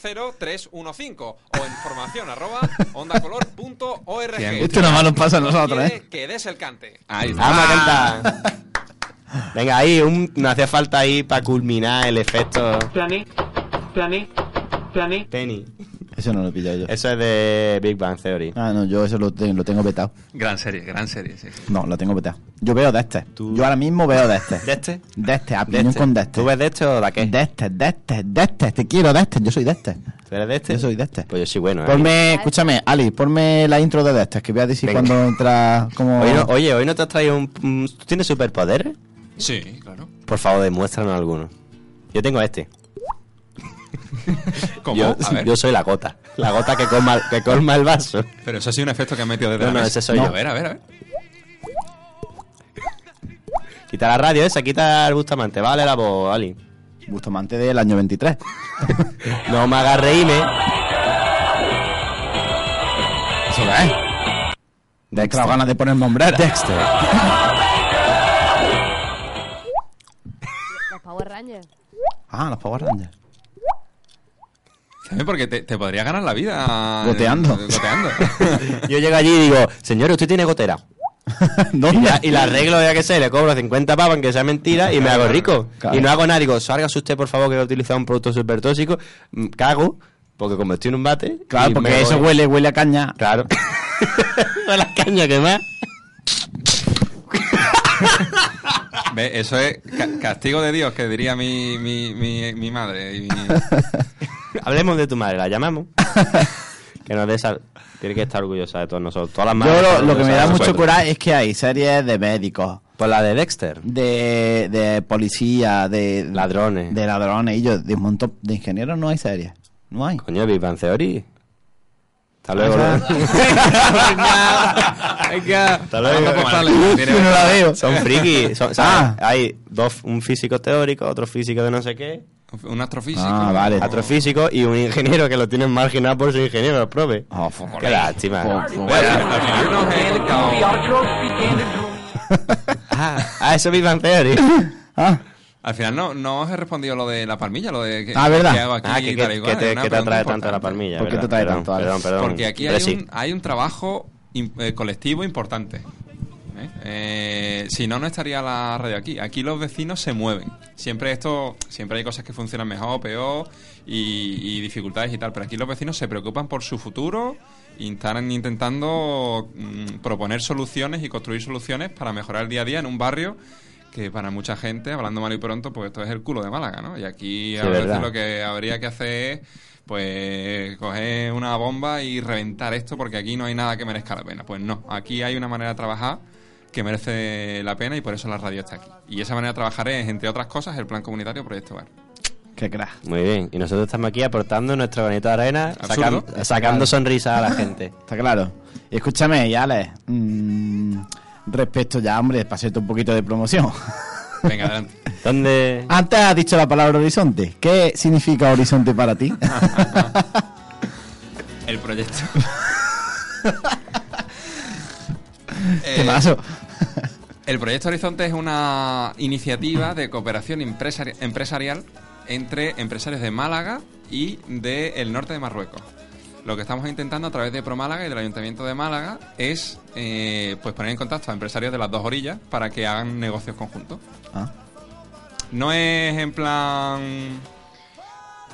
Speaker 8: 679-830-315 o en formación arroba ondacolor.org.
Speaker 4: Bien,
Speaker 3: Esto nada más nos pasa a nosotros,
Speaker 8: Quiere
Speaker 3: ¿eh?
Speaker 8: Que des el cante.
Speaker 4: Ahí está.
Speaker 2: Vamos a cantar. Venga, ahí, un, no hacía falta ahí para culminar el efecto.
Speaker 9: Planet, planet, planet.
Speaker 2: Penny.
Speaker 3: Eso no lo he pillado yo.
Speaker 2: Eso es de Big Bang Theory.
Speaker 3: Ah, no, yo eso lo, te- lo tengo vetado.
Speaker 4: Gran serie, gran serie, sí.
Speaker 3: No, lo tengo vetado. Yo veo de este. Yo ahora mismo veo de este.
Speaker 2: ¿De este?
Speaker 3: De este, a
Speaker 2: ¿De
Speaker 3: piñón
Speaker 2: este?
Speaker 3: con de este.
Speaker 2: ¿Tú ves de este o de aquel?
Speaker 3: De este, de este, de este. Te quiero de este. Yo soy de este.
Speaker 2: ¿Tú eres de este?
Speaker 3: Yo soy de este.
Speaker 2: Pues yo soy bueno. ¿eh?
Speaker 3: Ponme, escúchame, Ali, ponme la intro de de este. Que voy a decir
Speaker 2: Venga.
Speaker 3: cuando entra como...
Speaker 2: Hoy no- oye, hoy no te has traído un... un- ¿Tú tienes superpoderes?
Speaker 4: Sí, claro.
Speaker 2: Por favor, demuéstranos alguno. Yo tengo este.
Speaker 4: ¿Cómo?
Speaker 2: Yo,
Speaker 4: a ver.
Speaker 2: yo soy la gota. La gota que colma, que colma el vaso.
Speaker 4: Pero eso ha sido un efecto que han metido desde
Speaker 2: No,
Speaker 4: la
Speaker 2: no,
Speaker 4: mesa.
Speaker 2: ese soy yo.
Speaker 4: A ver, a ver, a ver.
Speaker 2: Quita la radio esa, quita el Bustamante. Vale la voz, Ali.
Speaker 3: Bustamante del año 23.
Speaker 2: No me hagas reírme.
Speaker 3: ¿Eso qué es? Te
Speaker 2: Dexter.
Speaker 3: ganas de ponerme hombrera.
Speaker 2: Dexter.
Speaker 10: Los Power Rangers.
Speaker 3: Ah, los
Speaker 2: <laughs>
Speaker 3: Power Rangers.
Speaker 4: ¿Sabes? Porque te, te podría ganar la vida. eh,
Speaker 2: <laughs>
Speaker 3: Goteando.
Speaker 4: Goteando.
Speaker 2: Yo llego allí y digo, señor, usted tiene gotera. Y
Speaker 3: ¿Dónde?
Speaker 2: la, y la arreglo ya que sé, le cobro 50 pavos, aunque sea mentira, y me hago rico.
Speaker 3: Claro.
Speaker 2: Y no hago nada, digo, sálgase usted, por favor, que he utilizado un producto súper tóxico. Mm, Cago, porque como estoy en un bate.
Speaker 3: Claro,
Speaker 2: y
Speaker 3: porque
Speaker 2: me
Speaker 3: eso
Speaker 2: voy.
Speaker 3: huele, huele a caña. <laughs>
Speaker 2: Claro. Con las cañas que más.
Speaker 4: Ve, Eso es ca- castigo de Dios, que diría mi, mi, mi, mi madre. y mi-
Speaker 2: <laughs> Hablemos de tu madre, la
Speaker 3: <laughs>
Speaker 2: llamamos. que nos dé esa- Tiene que estar orgullosa de todos nosotros. Todas las madres.
Speaker 3: Yo lo,
Speaker 2: están
Speaker 3: lo que me da
Speaker 2: orgullosas de
Speaker 3: mucho
Speaker 2: nosotros.
Speaker 3: coraje es que hay series de médicos,
Speaker 2: Pues la de Dexter.
Speaker 3: de, de policía, de
Speaker 2: Ladrones.
Speaker 3: de ladrones y yo, de un montón de ingenieros no hay series. No hay.
Speaker 2: Coño, Big Bang Theory. Hasta luego. <laughs>
Speaker 3: <laughs>
Speaker 2: ¿no? Hasta luego.
Speaker 4: Vamos a
Speaker 3: Yo
Speaker 4: cortarle. Tiene-
Speaker 3: <laughs> no la veo.
Speaker 2: Son frikis. son- ¿sabes?
Speaker 3: Ah.
Speaker 2: Hay dos, un físico teórico, otro físico de no sé qué,
Speaker 4: Un astrofísico.
Speaker 3: Ah, vale.
Speaker 2: astrofísico y un ingeniero que lo tienen marginado por su ingeniero, el profe.
Speaker 3: <laughs>
Speaker 2: <laughs>
Speaker 3: Oh, fu-
Speaker 2: Qué lástima.
Speaker 3: fu- fu-
Speaker 4: Bueno,
Speaker 2: Ah, ah, eso es Big Bang
Speaker 3: <laughs>
Speaker 2: Theory.
Speaker 3: Ah,
Speaker 4: Al final no, no os he respondido lo de la palmilla, lo de que,
Speaker 3: Ah, ¿verdad?
Speaker 4: qué hago aquí
Speaker 2: Ah, que,
Speaker 4: y
Speaker 2: que-
Speaker 4: tal y
Speaker 2: que
Speaker 4: cual,
Speaker 2: te,
Speaker 4: es una
Speaker 2: que te
Speaker 4: pregunta
Speaker 2: atrae tanto la
Speaker 4: importante.
Speaker 2: palmilla.
Speaker 3: ¿Por qué
Speaker 2: ¿verdad?
Speaker 3: te atrae
Speaker 2: Perdón,
Speaker 3: tanto, Alex?
Speaker 2: Perdón, perdón.
Speaker 4: Porque aquí
Speaker 2: Hombre,
Speaker 4: hay
Speaker 2: sí.
Speaker 4: un, hay un trabajo im- eh, colectivo importante. ¿eh? Eh, si no, no estaría la radio aquí. Aquí los vecinos se mueven. Siempre esto, siempre hay cosas que funcionan mejor, peor y, y dificultades y tal. Pero aquí los vecinos se preocupan por su futuro y están intentando mm, proponer soluciones y construir soluciones para mejorar el día a día en un barrio que para mucha gente, hablando mal y pronto, pues esto es el culo de Málaga, ¿no? Y aquí
Speaker 2: Sí,
Speaker 4: a veces
Speaker 2: verdad.
Speaker 4: lo que habría que hacer es, pues, coger una bomba y reventar esto porque aquí no hay nada que merezca la pena. Pues no, aquí hay una manera de trabajar que merece la pena y por eso la radio está aquí. Y esa manera de trabajar es, entre otras cosas, el plan comunitario Proyecto Hogar.
Speaker 3: qué crack.
Speaker 2: Muy bien. Y nosotros estamos aquí aportando nuestro granito de arena, sacan-
Speaker 4: Absurdo.
Speaker 2: sacando sonrisas a la gente.
Speaker 3: Está claro. Y escúchame, y Alex, mm, respecto ya, hombre, para hacerte un poquito de <laughs> promoción.
Speaker 4: Venga,
Speaker 2: <laughs>
Speaker 4: adelante.
Speaker 2: ¿Dónde?
Speaker 3: Antes has dicho la palabra horizonte. ¿Qué significa horizonte para ti?
Speaker 4: El proyecto.
Speaker 3: <laughs> ¿Qué
Speaker 4: Eh,
Speaker 3: pasó?
Speaker 4: El Proyecto Horizonte es una iniciativa de cooperación empresari- empresarial entre empresarios de Málaga y del norte de Marruecos. Lo que estamos intentando a través de ProMálaga y del Ayuntamiento de Málaga es eh, pues poner en contacto a empresarios de las dos orillas para que hagan negocios conjuntos.
Speaker 3: Ah.
Speaker 4: No es en plan...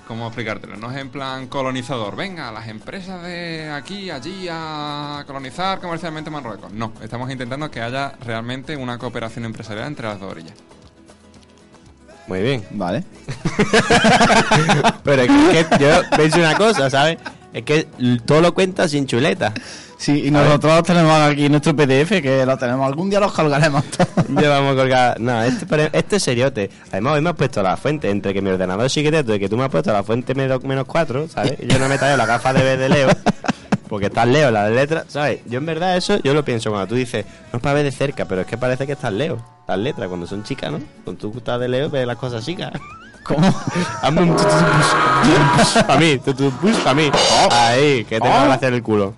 Speaker 4: ¿Cómo explicártelo? No es en plan colonizador. Venga, las empresas de aquí, allí, a colonizar comercialmente Marruecos. No, estamos intentando que haya realmente una cooperación empresarial entre las dos orillas.
Speaker 2: Muy bien.
Speaker 3: Vale.
Speaker 2: <laughs> Pero es que yo pienso una cosa, ¿sabes? Es que todo lo cuenta sin chuleta.
Speaker 3: Sí, y nosotros tenemos aquí nuestro PDF que lo tenemos. Algún día los colgaremos <laughs> todos.
Speaker 2: Llevamos colgada. No, este, pare- este es seriote. Además, hoy me has puesto la fuente. Entre que mi ordenador sigue teto y que tú me has puesto la fuente menos, menos 4, ¿sabes? Y Yo no me he traído la gafa de, de Leo. Porque estás Leo, la de letra, ¿sabes? Yo en verdad eso, yo lo pienso cuando tú dices, no es para ver de cerca, pero es que parece que estás Leo. Las letras, cuando son chicas, ¿no? Cuando tú estás de Leo, ves las cosas chicas. <laughs> ¿Cómo? Hazme un a mí, a mí. Ahí, que te van a hacer el culo.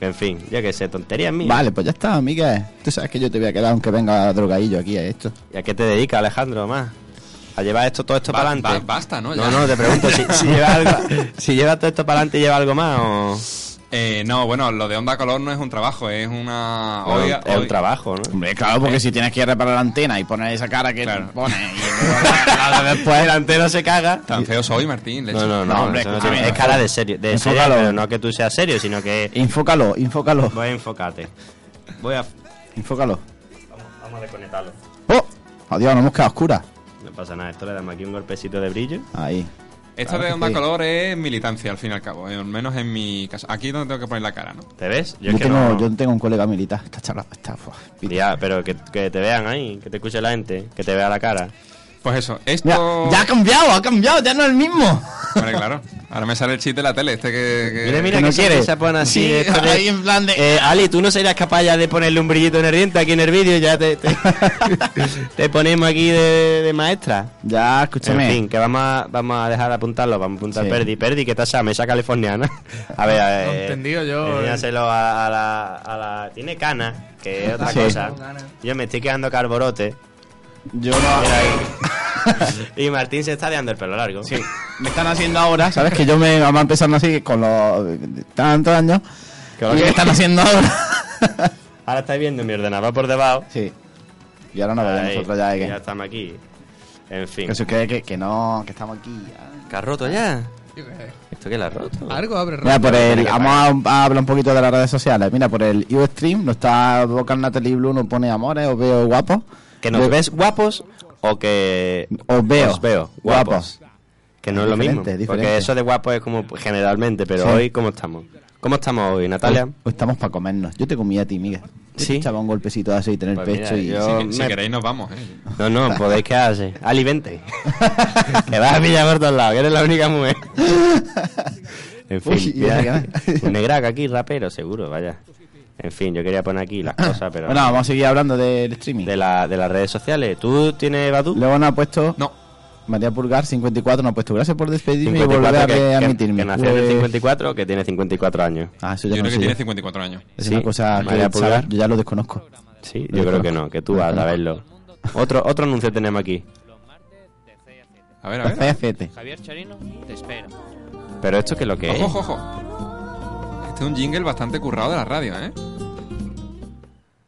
Speaker 2: En fin, yo qué sé, tonterías mías.
Speaker 3: <laughs> Vale, pues ya está, amiga. Tú sabes que yo te voy a quedar aunque venga drogadillo aquí a esto.
Speaker 2: ¿Y a qué te dedicas, Alejandro, más? ¿A llevar esto, todo esto
Speaker 4: Ba-
Speaker 2: para adelante?
Speaker 4: ba- basta, ¿no?
Speaker 2: No,
Speaker 4: Ya.
Speaker 2: no, te pregunto si, si lleva algo- si lleva todo esto para adelante y lleva algo más o...
Speaker 4: <laughs> Eh, no, bueno, lo de Onda Color no es un trabajo, es una...
Speaker 2: o
Speaker 4: hoy-
Speaker 2: es un
Speaker 4: hoy-
Speaker 2: trabajo, ¿no?
Speaker 3: Hombre, claro, porque si tienes que reparar la antena y poner esa cara que
Speaker 4: Claro.
Speaker 3: pone <laughs> y luego-
Speaker 2: Después el antero se caga.
Speaker 4: Tan feo soy, Martín. leche.
Speaker 2: No, no, no,
Speaker 3: No, hombre,
Speaker 2: eso no
Speaker 3: escúchame.
Speaker 2: tiene- es cara de serio, de serio,
Speaker 3: Enfócalo.
Speaker 2: pero no que tú seas serio, sino que
Speaker 3: Infócalo, infócalo,
Speaker 2: voy a enfocarte. Voy a...
Speaker 3: infócalo.
Speaker 2: Vamos a desconectarlo.
Speaker 3: ¡Oh! Adiós, nos hemos quedado oscura.
Speaker 2: No pasa nada, esto le damos aquí un golpecito de brillo.
Speaker 3: Ahí.
Speaker 4: Esto
Speaker 3: Claro
Speaker 4: de
Speaker 3: que
Speaker 4: Onda
Speaker 3: sí.
Speaker 4: Color es militancia, al fin y al cabo. eh, Al menos en mi caso. Aquí es donde tengo que poner la cara, ¿no?
Speaker 2: ¿Te ves?
Speaker 3: Yo,
Speaker 2: es que
Speaker 3: tengo,
Speaker 2: no-
Speaker 3: yo tengo un colega militar. Está charla, está. fua, pita.
Speaker 2: Ya, pero que, que te vean ahí, que te escuche la gente, que te vea la cara.
Speaker 4: Pues eso,
Speaker 3: Mira,
Speaker 4: esto...
Speaker 3: ya ha cambiado, ha cambiado, ya no es el mismo.
Speaker 4: Vale, claro. Ahora me sale el chiste de la tele, este que... que-
Speaker 2: Mira, mira
Speaker 3: que
Speaker 2: que,
Speaker 3: no
Speaker 2: siempre
Speaker 3: quiere.
Speaker 2: se pone así.
Speaker 3: Sí,
Speaker 2: esto de-
Speaker 3: <laughs> ahí en plan de-
Speaker 2: Eh, Ali, tú no serías capaz ya de ponerle un brillito en el diente aquí en el vídeo, ya te,
Speaker 3: <laughs>
Speaker 2: te, te ponemos aquí de, de maestra.
Speaker 3: Ya,
Speaker 2: En
Speaker 3: escúchame.
Speaker 2: fin, que vamos a, vamos a dejar de apuntarlo, vamos a apuntar
Speaker 3: Sí.
Speaker 2: Perdi. Perdi, ¿qué tasa? Mesa californiana. A ver, a ver.
Speaker 7: No he entendido yo, eh.
Speaker 2: enséñaselo a, a la, a la- Tiene cana, que es otra
Speaker 3: Sí.
Speaker 2: cosa.
Speaker 7: Cana.
Speaker 2: Yo me estoy quedando carborote.
Speaker 3: Yo no. <laughs>
Speaker 2: Mira ahí. y Martín se está dejando el pelo largo.
Speaker 3: Sí, me están haciendo ahora, ¿sabes? Que yo me vamos empezando así con los tantos años.
Speaker 2: Que lo
Speaker 3: y
Speaker 2: que-
Speaker 3: me están
Speaker 2: <laughs>
Speaker 3: haciendo ahora.
Speaker 2: Ahora estáis viendo mi ordenador por debajo.
Speaker 3: sí. Y ahora nos vemos
Speaker 2: Ahí,
Speaker 3: nosotros ya. ¿eh?
Speaker 2: ya
Speaker 3: Que,
Speaker 2: estamos aquí. En fin.
Speaker 3: que se cree que, que no, que estamos aquí. ya.
Speaker 2: ¿Qué has roto ya?
Speaker 7: Yo qué sé.
Speaker 2: ¿Esto qué la has roto?
Speaker 7: Algo abre
Speaker 3: Mira,
Speaker 7: rápido.
Speaker 3: por el, vamos a, a hablar un poquito de las redes sociales. Mira, por el Ustream, no está Vocal Natalie Blue, no pone amores, os veo guapos.
Speaker 2: ¿Que nos
Speaker 3: Veo-
Speaker 2: ves guapos o que
Speaker 3: Os veo.
Speaker 2: os veo
Speaker 3: guapos.
Speaker 2: guapos? Que no es lo mismo.
Speaker 3: Diferente,
Speaker 2: Porque
Speaker 3: diferente.
Speaker 2: eso de guapo es como pues, generalmente, pero
Speaker 3: Sí.
Speaker 2: hoy, ¿cómo estamos? ¿Cómo estamos hoy, Natalia?
Speaker 3: Hoy Estamos para comernos. Yo te comía a ti, Miguel. Yo
Speaker 2: Sí.
Speaker 3: te echaba un golpecito de aceite en el
Speaker 2: Pues mira,
Speaker 3: pecho y.
Speaker 2: yo-
Speaker 4: Si, si
Speaker 2: me-
Speaker 4: queréis nos vamos, ¿eh?
Speaker 2: No,
Speaker 3: <laughs>
Speaker 2: no, podéis quedarse. Ali, vente. <laughs> que vas a pillar por todos lados, que eres la única mujer. En fin,
Speaker 3: Uy, y
Speaker 2: mira,
Speaker 3: esa que va.
Speaker 2: un negraca aquí, rapero, seguro, vaya. En fin, yo quería poner aquí las cosas, pero...
Speaker 3: Bueno, vamos a seguir hablando del streaming.
Speaker 2: de, la, de las redes sociales. ¿Tú tienes Badu?
Speaker 3: Luego nos ha puesto.
Speaker 4: No.
Speaker 3: María Pulgar, 54, nos ha puesto. Gracias por despedirme y
Speaker 2: 54,
Speaker 3: volver a
Speaker 2: que, que-
Speaker 3: readmitirme.
Speaker 2: que nació en el
Speaker 3: Pues-
Speaker 2: 54, que tiene 54 años.
Speaker 3: Ah, eso ya
Speaker 4: Yo creo
Speaker 3: no
Speaker 4: que
Speaker 3: sé
Speaker 4: tiene
Speaker 3: yo.
Speaker 4: 54 años.
Speaker 3: Es
Speaker 2: Sí,
Speaker 3: una cosa
Speaker 2: María
Speaker 3: que
Speaker 2: Pulgar.
Speaker 3: saber- yo ya lo desconozco.
Speaker 2: Sí,
Speaker 3: Lo
Speaker 2: yo creo
Speaker 3: desconozco.
Speaker 2: que no, que tú
Speaker 3: Lo
Speaker 2: vas a
Speaker 3: desconozco.
Speaker 2: verlo. Otro, otro anuncio tenemos aquí,
Speaker 4: A ver, a ver.
Speaker 3: Café
Speaker 10: Javier Charino, te espero.
Speaker 2: pero esto que lo que es.
Speaker 4: Ojo, ojo, ojo. Este es un jingle bastante currado de la radio, ¿eh?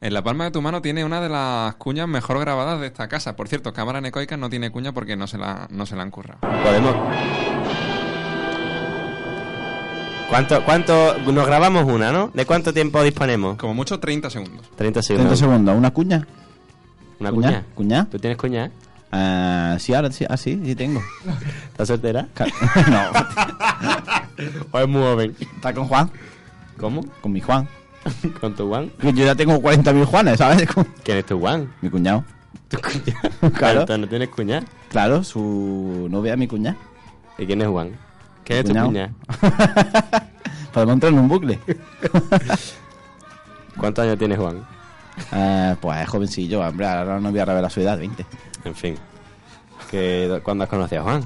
Speaker 4: En la palma de tu mano tiene una de las cuñas mejor grabadas de esta casa. Por cierto, cámara necoica no tiene cuña porque no se la, no se la han currado.
Speaker 2: Podemos. ¿Cuánto, ¿Cuánto? Nos grabamos una, ¿no? ¿De cuánto tiempo disponemos?
Speaker 4: Como mucho 30 segundos.
Speaker 2: 30 segundos.
Speaker 3: 30 segundos, ¿una cuña?
Speaker 2: ¿Una
Speaker 3: ¿Cuñá?
Speaker 2: cuña?
Speaker 3: ¿Cuñá?
Speaker 2: ¿Tú tienes cuña? eh?
Speaker 3: Ah, sí, ahora sí, ah, sí, sí tengo.
Speaker 2: ¿Estás soltera?
Speaker 3: Ca- <laughs> no,
Speaker 2: ¿O es muy joven?
Speaker 3: está con Juan,
Speaker 2: ¿Cómo?
Speaker 3: con mi Juan.
Speaker 2: ¿Con tu Juan?
Speaker 3: Yo ya tengo 40.000 Juanes, ¿sabes? Con
Speaker 2: ¿Quién es tu Juan?
Speaker 3: mi cuñado.
Speaker 2: ¿Tu cuña?
Speaker 3: Claro.
Speaker 2: ¿No tienes cuña?
Speaker 3: Claro, su novia, mi cuñada.
Speaker 2: ¿Y quién es Juan? ¿Quién es tu
Speaker 3: Cuñao.
Speaker 2: cuña?
Speaker 3: Podemos entrar en un bucle.
Speaker 2: ¿Cuántos años tienes Juan?
Speaker 3: Ah, pues es jovencillo, hombre, ahora no voy a revelar su edad, 20.
Speaker 2: En fin. Que, ¿Cuándo has conocido a Juan?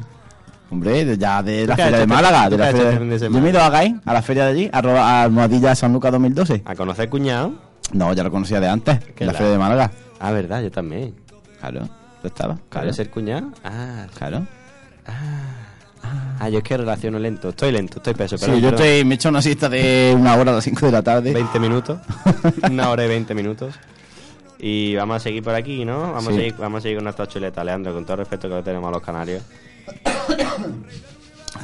Speaker 3: Hombre, de- ya de la
Speaker 2: qué has
Speaker 3: feria de
Speaker 2: hecho
Speaker 3: Málaga,
Speaker 2: este- tú
Speaker 3: de
Speaker 2: qué
Speaker 3: la
Speaker 2: has
Speaker 3: feria
Speaker 2: hecho este fin de
Speaker 3: de... Yo
Speaker 2: semana?
Speaker 3: me he ido a Gain, a la feria de allí, arroba a Almohadilla San Lucas 2012.
Speaker 2: ¿A conocer cuñado?
Speaker 3: No, ya lo conocía de antes,
Speaker 2: Qué
Speaker 3: en la
Speaker 2: la-
Speaker 3: feria de Málaga.
Speaker 2: Ah, verdad, yo también.
Speaker 3: Claro, lo estaba.
Speaker 2: ¿Claro
Speaker 3: Claro,
Speaker 2: ser cuñado? Ah,
Speaker 3: claro.
Speaker 2: ah, yo es que relaciono lento. Estoy lento, estoy peso.
Speaker 3: Sí,
Speaker 2: perdón,
Speaker 3: yo
Speaker 2: perdón.
Speaker 3: estoy, me he hecho una siesta de una hora a las 5 de la tarde.
Speaker 2: 20
Speaker 3: <laughs>
Speaker 2: minutos. Una hora y 20 minutos. Y vamos a seguir por aquí, ¿no? Vamos, a,
Speaker 3: Sí.
Speaker 2: seguir, vamos a seguir con nuestra chuleta, Leandro, con todo el respeto que le tenemos a los canarios. <coughs>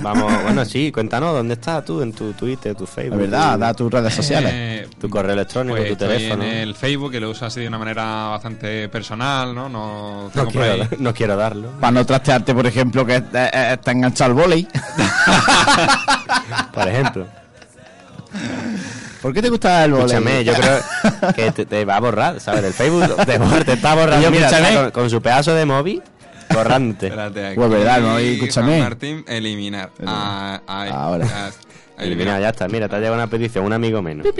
Speaker 2: Vamos, bueno, sí, cuéntanos, ¿dónde estás tú? En tu Twitter, tu Facebook.
Speaker 3: La verdad,
Speaker 2: tu-
Speaker 3: da tus redes sociales.
Speaker 4: Eh,
Speaker 2: Tu correo electrónico,
Speaker 4: pues
Speaker 2: tu
Speaker 4: estoy
Speaker 2: teléfono.
Speaker 4: En el Facebook, que lo uso así de una manera bastante personal, ¿no? No
Speaker 2: No
Speaker 4: tengo por
Speaker 2: quiero,
Speaker 4: ahí-
Speaker 2: dar- no quiero darlo.
Speaker 3: Para no trastearte, por ejemplo, que eh, eh, está enganchado al volei.
Speaker 2: Por ejemplo.
Speaker 3: <laughs> ¿Por qué te gusta el volei?
Speaker 2: Escúchame, yo creo que te, te va a borrar, ¿sabes? El Facebook te, bor- te está borrando.
Speaker 3: Yo,
Speaker 2: Mira,
Speaker 3: escúchame.
Speaker 2: está con, con su pedazo de móvil,
Speaker 3: <laughs>
Speaker 2: borrándote.
Speaker 4: Espérate, aquí.
Speaker 3: Pues verdad, ¿no? Y escúchame.
Speaker 4: Juan Martín, eliminar. Ah, ahí.
Speaker 3: Ahora.
Speaker 4: Ah,
Speaker 2: Eliminado, ya está. Mira, te ha llegado una petición, un amigo menos.
Speaker 3: <laughs>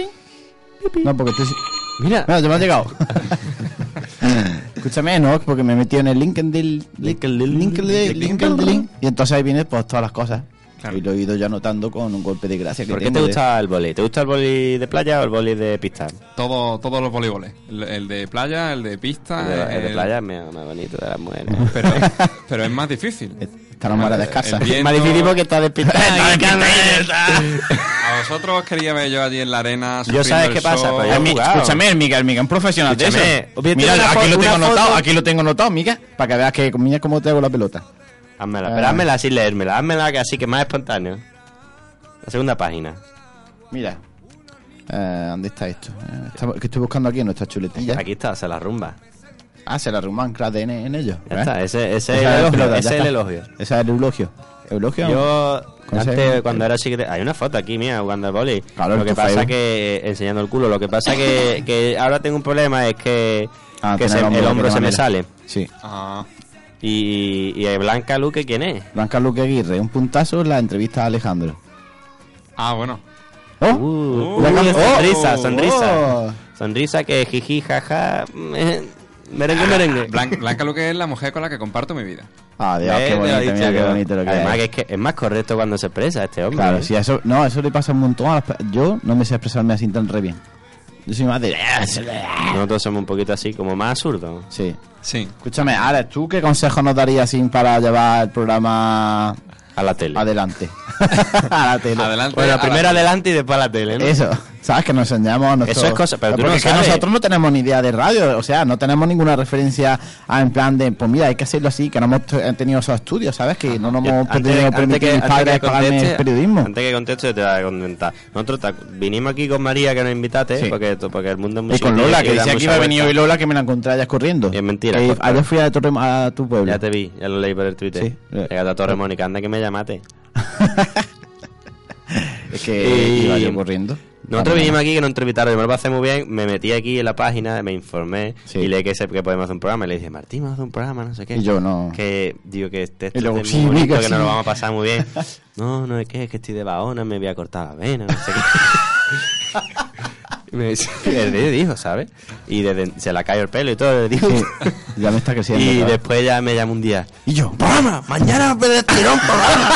Speaker 3: No, porque tú... sí-
Speaker 2: Mira,
Speaker 3: Mira, ya me ha
Speaker 2: <laughs>
Speaker 3: llegado. Escúchame, no, porque me he metido en el LinkedIn, LinkedIn, LinkedIn, LinkedIn, y entonces ahí viene pues todas las cosas.
Speaker 4: Claro.
Speaker 3: Y lo he ido ya notando con un golpe de gracia. que
Speaker 2: ¿por qué te
Speaker 3: tengo de-
Speaker 2: gusta el boli? ¿Te gusta el boli de playa o el boli de pista?
Speaker 4: Todo, todos los voleiboles. El, el de playa, el de pista.
Speaker 2: El de, Ah, el de playa es más más bonito de las <laughs> mujeres.
Speaker 4: Pero, pero es más difícil.
Speaker 3: Está la mala descasa. <laughs>
Speaker 4: El viento-
Speaker 2: Más difícil porque <laughs> está despistado.
Speaker 4: A vosotros os quería ver yo allí en la arena.
Speaker 2: Yo
Speaker 4: sufriendo
Speaker 2: sabes
Speaker 4: el
Speaker 2: qué pasa,
Speaker 4: sol.
Speaker 2: pero yo
Speaker 3: Eh, mi-
Speaker 2: jugado.
Speaker 3: Escúchame, el Miguel, el Miguel, un profesional de eso.
Speaker 2: Escúchame, obviamente
Speaker 3: Mira,
Speaker 2: una
Speaker 3: aquí
Speaker 2: fo-
Speaker 3: lo tengo
Speaker 2: una
Speaker 3: anotado,
Speaker 2: foto-
Speaker 3: aquí lo tengo anotado, Miguel, para que veas que mira cómo te hago la pelota.
Speaker 2: Házmela, pero házmela sin leérmela, házmela que así que más espontáneo. La segunda página.
Speaker 3: Mira. Eh, ¿Dónde está esto? Eh, está- que estoy buscando aquí en nuestra chuletilla.
Speaker 2: Aquí está, se la rumba.
Speaker 3: Ah, se la arruman crack en, E en ellos.
Speaker 2: Ya
Speaker 3: ¿ves?
Speaker 2: está, ese, ese
Speaker 3: Esa
Speaker 2: es
Speaker 3: es la
Speaker 2: el,
Speaker 3: pelota, Pues,
Speaker 2: ese
Speaker 3: ya
Speaker 2: es el
Speaker 3: está.
Speaker 2: elogio.
Speaker 3: Esa es el eulogio. ¿Eulogio?
Speaker 2: Yo,
Speaker 3: Con ese-
Speaker 2: antes, cuando era secretario, hay una foto aquí mía jugando al boli.
Speaker 3: Claro,
Speaker 2: lo
Speaker 3: en
Speaker 2: que
Speaker 3: tu
Speaker 2: pasa
Speaker 3: Facebook.
Speaker 2: que, enseñando el culo, lo que pasa que, que ahora tengo un problema, es que,
Speaker 3: Ah,
Speaker 2: que
Speaker 3: tener
Speaker 2: se- el hombro,
Speaker 3: de
Speaker 2: se me
Speaker 3: manera.
Speaker 2: sale.
Speaker 3: Sí.
Speaker 4: Ah,
Speaker 2: Y, y Blanca Luque, ¿quién es?
Speaker 3: Blanca Luque Aguirre, un puntazo en la entrevista a Alejandro.
Speaker 4: ah, bueno.
Speaker 3: ¡Oh!
Speaker 2: Uh,
Speaker 3: Blanca-
Speaker 2: uh,
Speaker 3: ¡Oh!
Speaker 2: sonrisa, sonrisa.
Speaker 3: ¡Oh!
Speaker 2: Sonrisa que jiji, jaja. eh, Merengue, merengue.
Speaker 4: Blan- Blanca Luque es la mujer con la que comparto mi vida.
Speaker 3: Ah, Dios,
Speaker 2: Eh,
Speaker 3: qué
Speaker 2: te lo he
Speaker 3: bonito,
Speaker 2: dicho
Speaker 3: mira, qué
Speaker 2: yo.
Speaker 3: bonito lo que
Speaker 2: Además,
Speaker 3: es.
Speaker 2: que es que es más correcto cuando se expresa este hombre.
Speaker 3: Claro,
Speaker 2: ¿eh?
Speaker 3: sí, eso, no, eso le pasa un montón a las pe- Yo no me sé expresarme así tan re bien. Yo soy más de... "Ah,
Speaker 2: Nosotros somos un poquito así, como más absurdos.
Speaker 3: Sí.
Speaker 4: Sí.
Speaker 3: Escúchame, Alex, ¿tú qué consejo nos darías sin para llevar el programa
Speaker 2: A la tele.
Speaker 3: adelante? <laughs> a la tele.
Speaker 4: Adelante.
Speaker 2: Bueno,
Speaker 4: a la-
Speaker 2: primero adelante y después a la tele, ¿no?
Speaker 3: Eso, sabes que nos enseñamos
Speaker 2: Eso es cosa- pero tú
Speaker 3: Porque
Speaker 2: no
Speaker 3: es que
Speaker 2: sabes.
Speaker 3: nosotros no tenemos ni idea de radio, o sea, no tenemos ninguna referencia a, en plan de, pues mira, hay que hacerlo así, que no hemos t- tenido esos estudios, ¿sabes? Que no nos
Speaker 2: Yo-
Speaker 3: hemos
Speaker 2: antes-
Speaker 3: podido
Speaker 2: antes que-
Speaker 3: permitir mis
Speaker 2: antes
Speaker 3: padres
Speaker 2: que
Speaker 3: pagarme
Speaker 2: conteste-
Speaker 3: el periodismo.
Speaker 2: Antes que conteste, te voy a contentar. Nosotros te- vinimos aquí con María, que nos invitaste,
Speaker 3: Sí.
Speaker 2: porque, porque el mundo es muy
Speaker 3: Y con
Speaker 2: simple
Speaker 3: Lola,
Speaker 2: y
Speaker 3: que
Speaker 2: da
Speaker 3: decía que
Speaker 2: mucha
Speaker 3: iba a
Speaker 2: vuelta.
Speaker 3: venir hoy Lola, que me la encontré allá corriendo.
Speaker 2: Y es mentira,
Speaker 3: Que
Speaker 2: corta.
Speaker 3: ayer fui a, Torre- a tu pueblo.
Speaker 2: Ya te vi, ya lo leí por el Twitter.
Speaker 3: Sí. eh.
Speaker 2: Llegaste a Torre Mónica, anda que me llamaste.
Speaker 3: Es que
Speaker 2: Y-
Speaker 3: iba yo corriendo.
Speaker 2: Nosotros
Speaker 3: Vamos.
Speaker 2: vinimos aquí que nos entrevistaron, yo me lo pasé muy bien, me metí aquí en la página, me informé
Speaker 3: Sí.
Speaker 2: y leí que, se, que podemos hacer un programa. Y le dije, Martín, vamos a hacer un programa, no sé qué.
Speaker 3: Y yo no.
Speaker 2: Que digo que este
Speaker 3: Y luego,
Speaker 2: es
Speaker 3: sí,
Speaker 2: muy bonito,
Speaker 3: diga,
Speaker 2: que nos
Speaker 3: sí.
Speaker 2: lo vamos a pasar muy
Speaker 3: <laughs>
Speaker 2: bien. No, no es que, es que estoy de Bahona, me voy a cortar la vena, no sé
Speaker 3: <laughs>
Speaker 2: qué. Y me dice- <laughs> el de- dijo, ¿sabes? Y desde, se la cayó el pelo y todo, le dijo.
Speaker 3: Sí,
Speaker 2: <laughs>
Speaker 3: <laughs> ya me está creciendo.
Speaker 2: Y
Speaker 3: ¿verdad?
Speaker 2: después ya me llamó un día.
Speaker 3: Y yo,
Speaker 2: ¡Programa! ¡Mañana me destiró un programa!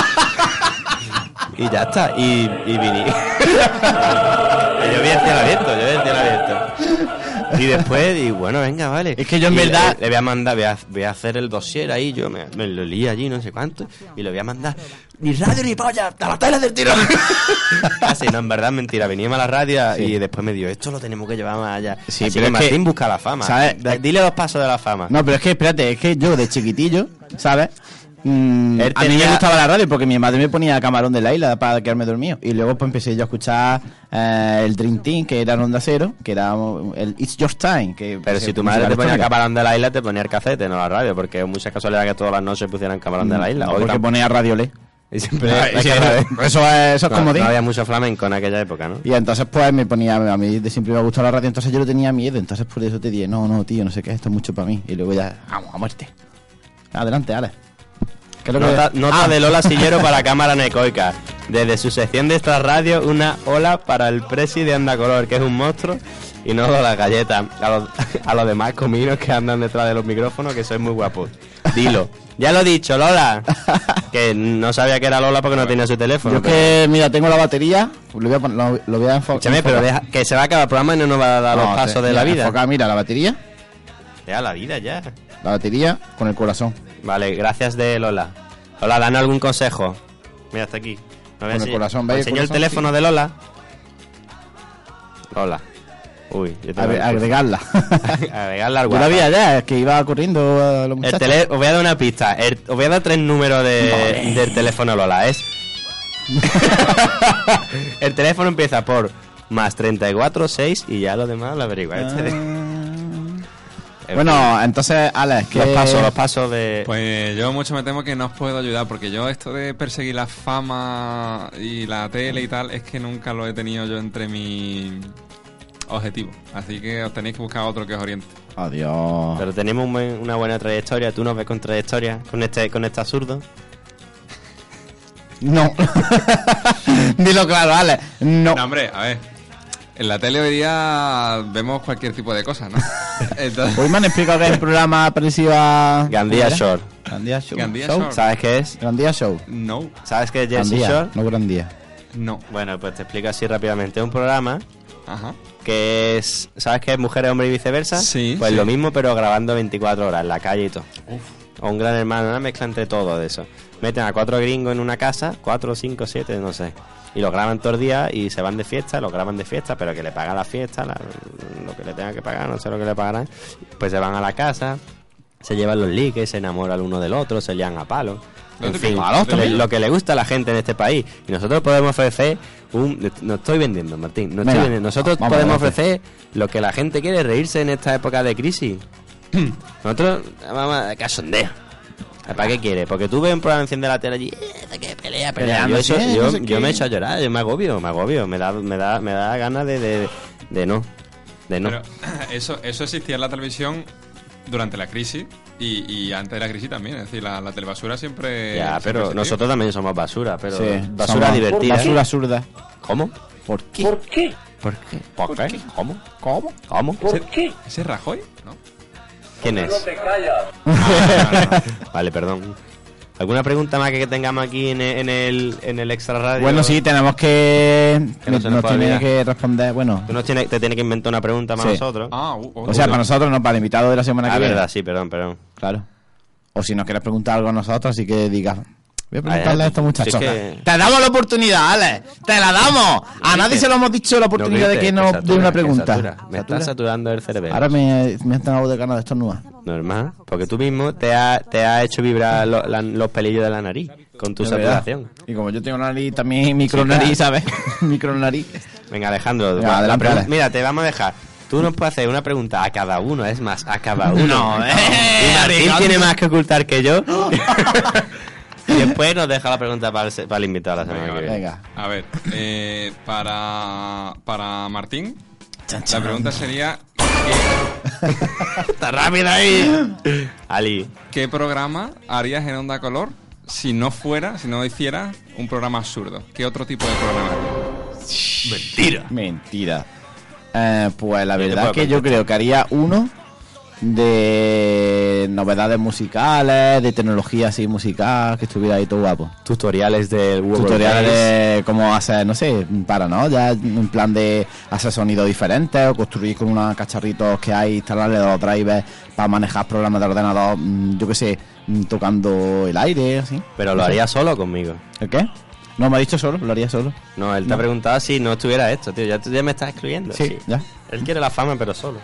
Speaker 2: <laughs> y ya está. Y, y vine. Y <laughs> yo vi el cielo abierto, yo vi el cielo abierto. Y después, y bueno, venga, vale.
Speaker 3: Es que yo en
Speaker 2: Y le-
Speaker 3: verdad-
Speaker 2: Le, voy a mandar, voy a, voy a hacer el dossier ahí, yo me, me lo lié allí, no sé cuánto, y lo voy a mandar. Ni radio ni polla, a la tele del tiro. <laughs> Casi, Ah, no, en verdad, mentira. Veníamos a la radio y después me dijo, esto lo tenemos que llevar más allá.
Speaker 3: Sí,
Speaker 2: Así
Speaker 3: pero
Speaker 2: que
Speaker 3: es que-
Speaker 2: Martín busca la fama.
Speaker 3: ¿sabes?
Speaker 2: Da- Dile dos pasos de la fama.
Speaker 3: No, pero es que, espérate, es que yo de chiquitillo, ¿sabes? Mm,
Speaker 2: Él
Speaker 3: a mí
Speaker 2: tenía-
Speaker 3: me gustaba la radio porque mi madre me ponía Camarón de la Isla para quedarme dormido. Y luego pues empecé yo a escuchar eh, el Dream Team, que era en Onda Cero, que era um, el It's Your Time. Que
Speaker 2: Pero
Speaker 3: que-
Speaker 2: si tu
Speaker 3: música
Speaker 2: madre te ponía
Speaker 3: electrónica.
Speaker 2: camarón de la isla, te ponía el cacete, no la radio, porque es mucha casualidad que todas las noches pusieran camarón de la isla.
Speaker 3: Mm. No,
Speaker 2: Hoy
Speaker 3: porque
Speaker 2: tampoco.
Speaker 3: ponía Radio Le.
Speaker 2: y
Speaker 3: <laughs>
Speaker 2: siempre
Speaker 3: Ah,
Speaker 2: hay
Speaker 3: sí,
Speaker 2: que-
Speaker 3: eso, eso es, eso es
Speaker 2: no,
Speaker 3: como
Speaker 2: no
Speaker 3: digo.
Speaker 2: había mucho flamenco en aquella época, ¿no?
Speaker 3: Y entonces pues me ponía, a mí de siempre me ha gustado la radio, entonces yo le tenía miedo, entonces por eso te dije, no, no, tío, no sé qué, esto es mucho para mí. Y luego ya, vamos, a muerte. Adelante, Alex. ¿Qué es lo que- Ah.
Speaker 2: Nota, nota de Lola Sillero
Speaker 3: <laughs>
Speaker 2: para Cámara Necoica. Desde su sección de esta radio, una ola para el presi de Andacolor, que es un monstruo, y no de las galletas. A los, <laughs> a los demás cominos que andan detrás de los micrófonos, que sois muy guapos. Dilo. Ya lo he dicho,
Speaker 3: <laughs>
Speaker 2: Lola. Que no sabía que era Lola porque no tenía su teléfono.
Speaker 3: Yo es
Speaker 2: pero-
Speaker 3: que, mira, tengo la batería, lo voy a, pon- lo, lo voy a enfo-
Speaker 2: Escúchame,
Speaker 3: enfocar.
Speaker 2: pero deja- que se va a acabar el programa y no nos va a dar los
Speaker 3: No,
Speaker 2: pasos
Speaker 3: te-
Speaker 2: de la
Speaker 3: mira,
Speaker 2: vida.
Speaker 3: enfoca, mira, la batería,
Speaker 2: Ya, la vida ya.
Speaker 3: la batería con el corazón.
Speaker 2: Vale, gracias de Lola. Lola, danos algún consejo. Mira, hasta aquí. No voy a
Speaker 3: el
Speaker 2: enseñar.
Speaker 3: corazón,
Speaker 2: Os
Speaker 3: ¿veis el
Speaker 2: enseño el
Speaker 3: corazón?
Speaker 2: teléfono de Lola. Lola. Uy, yo tengo
Speaker 3: Agre-
Speaker 2: el-
Speaker 3: agregarla.
Speaker 2: <laughs> Agregarla al
Speaker 3: Yo la
Speaker 2: WhatsApp.
Speaker 3: vi allá, es que iba corriendo a los
Speaker 2: El
Speaker 3: muchachos. <laughs>
Speaker 2: tele- os voy a dar una pista. El- os voy a dar tres números de, del teléfono Lola. Es El teléfono empieza por más 34, 6 y ya lo demás lo averigua. este. <laughs> En fin,
Speaker 3: Ah. Bueno, entonces, Alex, ¿qué
Speaker 2: los pasos, los pasos de.
Speaker 4: Pues yo mucho me temo que no os puedo ayudar, porque yo esto de perseguir la fama y la tele y tal, es que nunca lo he tenido yo entre mi objetivo. Así que os tenéis que buscar otro que os oriente.
Speaker 3: Adiós.
Speaker 2: Pero tenemos un buen- una buena trayectoria. Tú nos ves con trayectoria con este, con este absurdo.
Speaker 3: No. <laughs> Dilo claro, Alex. No.
Speaker 4: No, hombre, a ver. En la tele hoy día vemos cualquier tipo de cosas, <laughs> ¿no? Entonces,
Speaker 3: Hoy me han explicado que es el programa parecido a...
Speaker 2: Gandía
Speaker 3: ¿Cómo era?
Speaker 2: Shore.
Speaker 3: Gandía Show.
Speaker 4: Gandía
Speaker 3: Show.
Speaker 4: Shore.
Speaker 2: ¿Sabes qué es?
Speaker 3: Gandía Show.
Speaker 4: no,
Speaker 2: ¿Sabes qué es Jersey
Speaker 3: Gandía,
Speaker 2: Shore?
Speaker 3: no Grandía.
Speaker 4: no.
Speaker 2: Bueno, pues te explico así rápidamente. Es un programa
Speaker 4: Ajá.
Speaker 2: que es. ¿Sabes qué es mujeres, hombres y viceversa?
Speaker 4: Sí,
Speaker 2: Pues
Speaker 4: sí.
Speaker 2: lo mismo, pero grabando 24 horas en la calle y todo.
Speaker 4: Uf.
Speaker 2: O un gran hermano, una mezcla entre todo de eso. Meten a cuatro gringos en una casa, cuatro, cinco, siete, no sé. Y los graban todos los días y se van de fiesta, los graban de fiesta, pero que le pagan la fiesta, la- lo que le tengan que pagar, no sé lo que le pagarán. Pues se van a la casa, se llevan los liques, se enamoran el uno del otro, se lian a palos. En
Speaker 4: te
Speaker 2: fin,
Speaker 4: pico, palos
Speaker 2: le-
Speaker 4: también.
Speaker 2: lo que le gusta a la gente en este país. Y nosotros podemos ofrecer un... No estoy vendiendo, Martín. No estoy
Speaker 3: Venga,
Speaker 2: vendiendo. Nosotros
Speaker 3: vamos,
Speaker 2: podemos
Speaker 3: adelante.
Speaker 2: ofrecer lo que la gente quiere, reírse en esta época de
Speaker 3: <clears throat>
Speaker 2: crisis. Nosotros vamos a casondeo. ¿Para qué quieres? Porque tú ves un programa enciende la tele allí, eh, que pelea, pelea.
Speaker 3: Peleando,
Speaker 2: Yo, eso-
Speaker 3: sí,
Speaker 2: yo-
Speaker 3: no sé
Speaker 2: yo
Speaker 3: qué.
Speaker 2: me echo a llorar, yo me agobio, me agobio, me da, me da, me da ganas de, de, de no. De no.
Speaker 4: Pero <clears throat> eso, eso existía en la televisión durante la crisis y, y antes de la crisis también. Es decir, la, la telebasura siempre.
Speaker 2: ya,
Speaker 4: siempre
Speaker 2: pero
Speaker 4: existió.
Speaker 2: nosotros también somos basura, pero
Speaker 3: Sí,
Speaker 2: basura
Speaker 3: somos-
Speaker 2: divertida.
Speaker 3: Basura
Speaker 4: <laughs>
Speaker 3: zurda.
Speaker 2: ¿Cómo?
Speaker 3: ¿Por qué?
Speaker 9: ¿Por qué?
Speaker 2: ¿Por qué? ¿Por qué? ¿Cómo? ¿Cómo? ¿Cómo?
Speaker 9: ¿Por qué?
Speaker 4: ¿Ese es Rajoy? ¿No?
Speaker 2: ¿Quién es?
Speaker 9: te callas?
Speaker 2: Vale, perdón. ¿Alguna pregunta más que tengamos aquí en el, en el, en el extra radio?
Speaker 3: Bueno, sí, tenemos que...
Speaker 2: Que no se nos
Speaker 3: nos
Speaker 2: puede
Speaker 3: tiene
Speaker 2: olvidar.
Speaker 3: que responder, bueno...
Speaker 2: Tú nos tienes, te tienes que inventar una pregunta más
Speaker 3: Sí.
Speaker 2: nosotros.
Speaker 4: Ah, u- u-
Speaker 3: O sea, para nosotros, no, para el invitado de la semana
Speaker 2: Ah,
Speaker 3: que viene.
Speaker 2: verdad, sí, perdón, perdón.
Speaker 3: Claro. O si nos quieres preguntar algo a nosotros, así que digas. Voy a
Speaker 2: Ay,
Speaker 3: preguntarle a estos
Speaker 2: Eh, si es
Speaker 3: muchachos.
Speaker 2: que-
Speaker 3: Te damos la oportunidad, Alex. Te la damos. A nadie se lo hemos dicho la oportunidad de que
Speaker 2: no
Speaker 3: nos
Speaker 2: grites,
Speaker 3: dé una
Speaker 2: que satura, que
Speaker 3: pregunta.
Speaker 2: satura. Me está saturando el cerebro.
Speaker 3: Ahora me, me han dado de ganas de estornudar.
Speaker 2: Normal, porque tú mismo te has te ha hecho vibrar lo- la- los pelillos de la nariz con tu
Speaker 3: De verdad.
Speaker 2: saturación.
Speaker 3: Y como yo tengo una nariz también, micro <laughs> nariz, ¿sabes? micro nariz.
Speaker 2: Venga, Alejandro,
Speaker 3: Venga,
Speaker 2: va- la
Speaker 3: adelante,
Speaker 2: pregun-
Speaker 3: dale.
Speaker 2: mira, te vamos a dejar. Tú nos puedes hacer una pregunta a cada uno, es más, a cada uno.
Speaker 3: No, eh,
Speaker 2: Y Martín
Speaker 3: Alejandro.
Speaker 2: tiene más que ocultar que <laughs> yo. y después nos deja la pregunta para el, se- para el invitado la semana
Speaker 4: Venga,
Speaker 2: que viene.
Speaker 3: Venga.
Speaker 4: A ver, eh, para, para Martín,
Speaker 3: Chan,
Speaker 4: la
Speaker 3: chan.
Speaker 4: pregunta sería:
Speaker 2: Está rápido ahí. <laughs> Ali,
Speaker 4: ¿qué programa harías en Onda Color si no fuera, si no hicieras un programa absurdo? ¿Qué otro tipo de programa harías?
Speaker 3: Mentira. Eh, pues la verdad
Speaker 2: puedo
Speaker 3: que yo creo que haría uno de novedades musicales, de tecnología así musical, que estuviera ahí todo guapo.
Speaker 2: tutoriales del World
Speaker 3: tutoriales de cómo hacer, no sé, para no, ya en plan de hacer sonidos diferentes o construir con unos cacharritos que hay, instalarle los drivers para manejar programas de ordenador, mm, yo qué sé, mm, tocando el aire, así.
Speaker 2: Pero lo
Speaker 3: <laughs>
Speaker 2: haría solo o conmigo.
Speaker 3: ¿El qué? No, me ha dicho solo, lo haría solo.
Speaker 2: No, él te ha preguntado si no estuviera esto, tío. Ya, tú- ya me estás excluyendo.
Speaker 3: Sí, ya.
Speaker 2: Él quiere la fama, pero solo.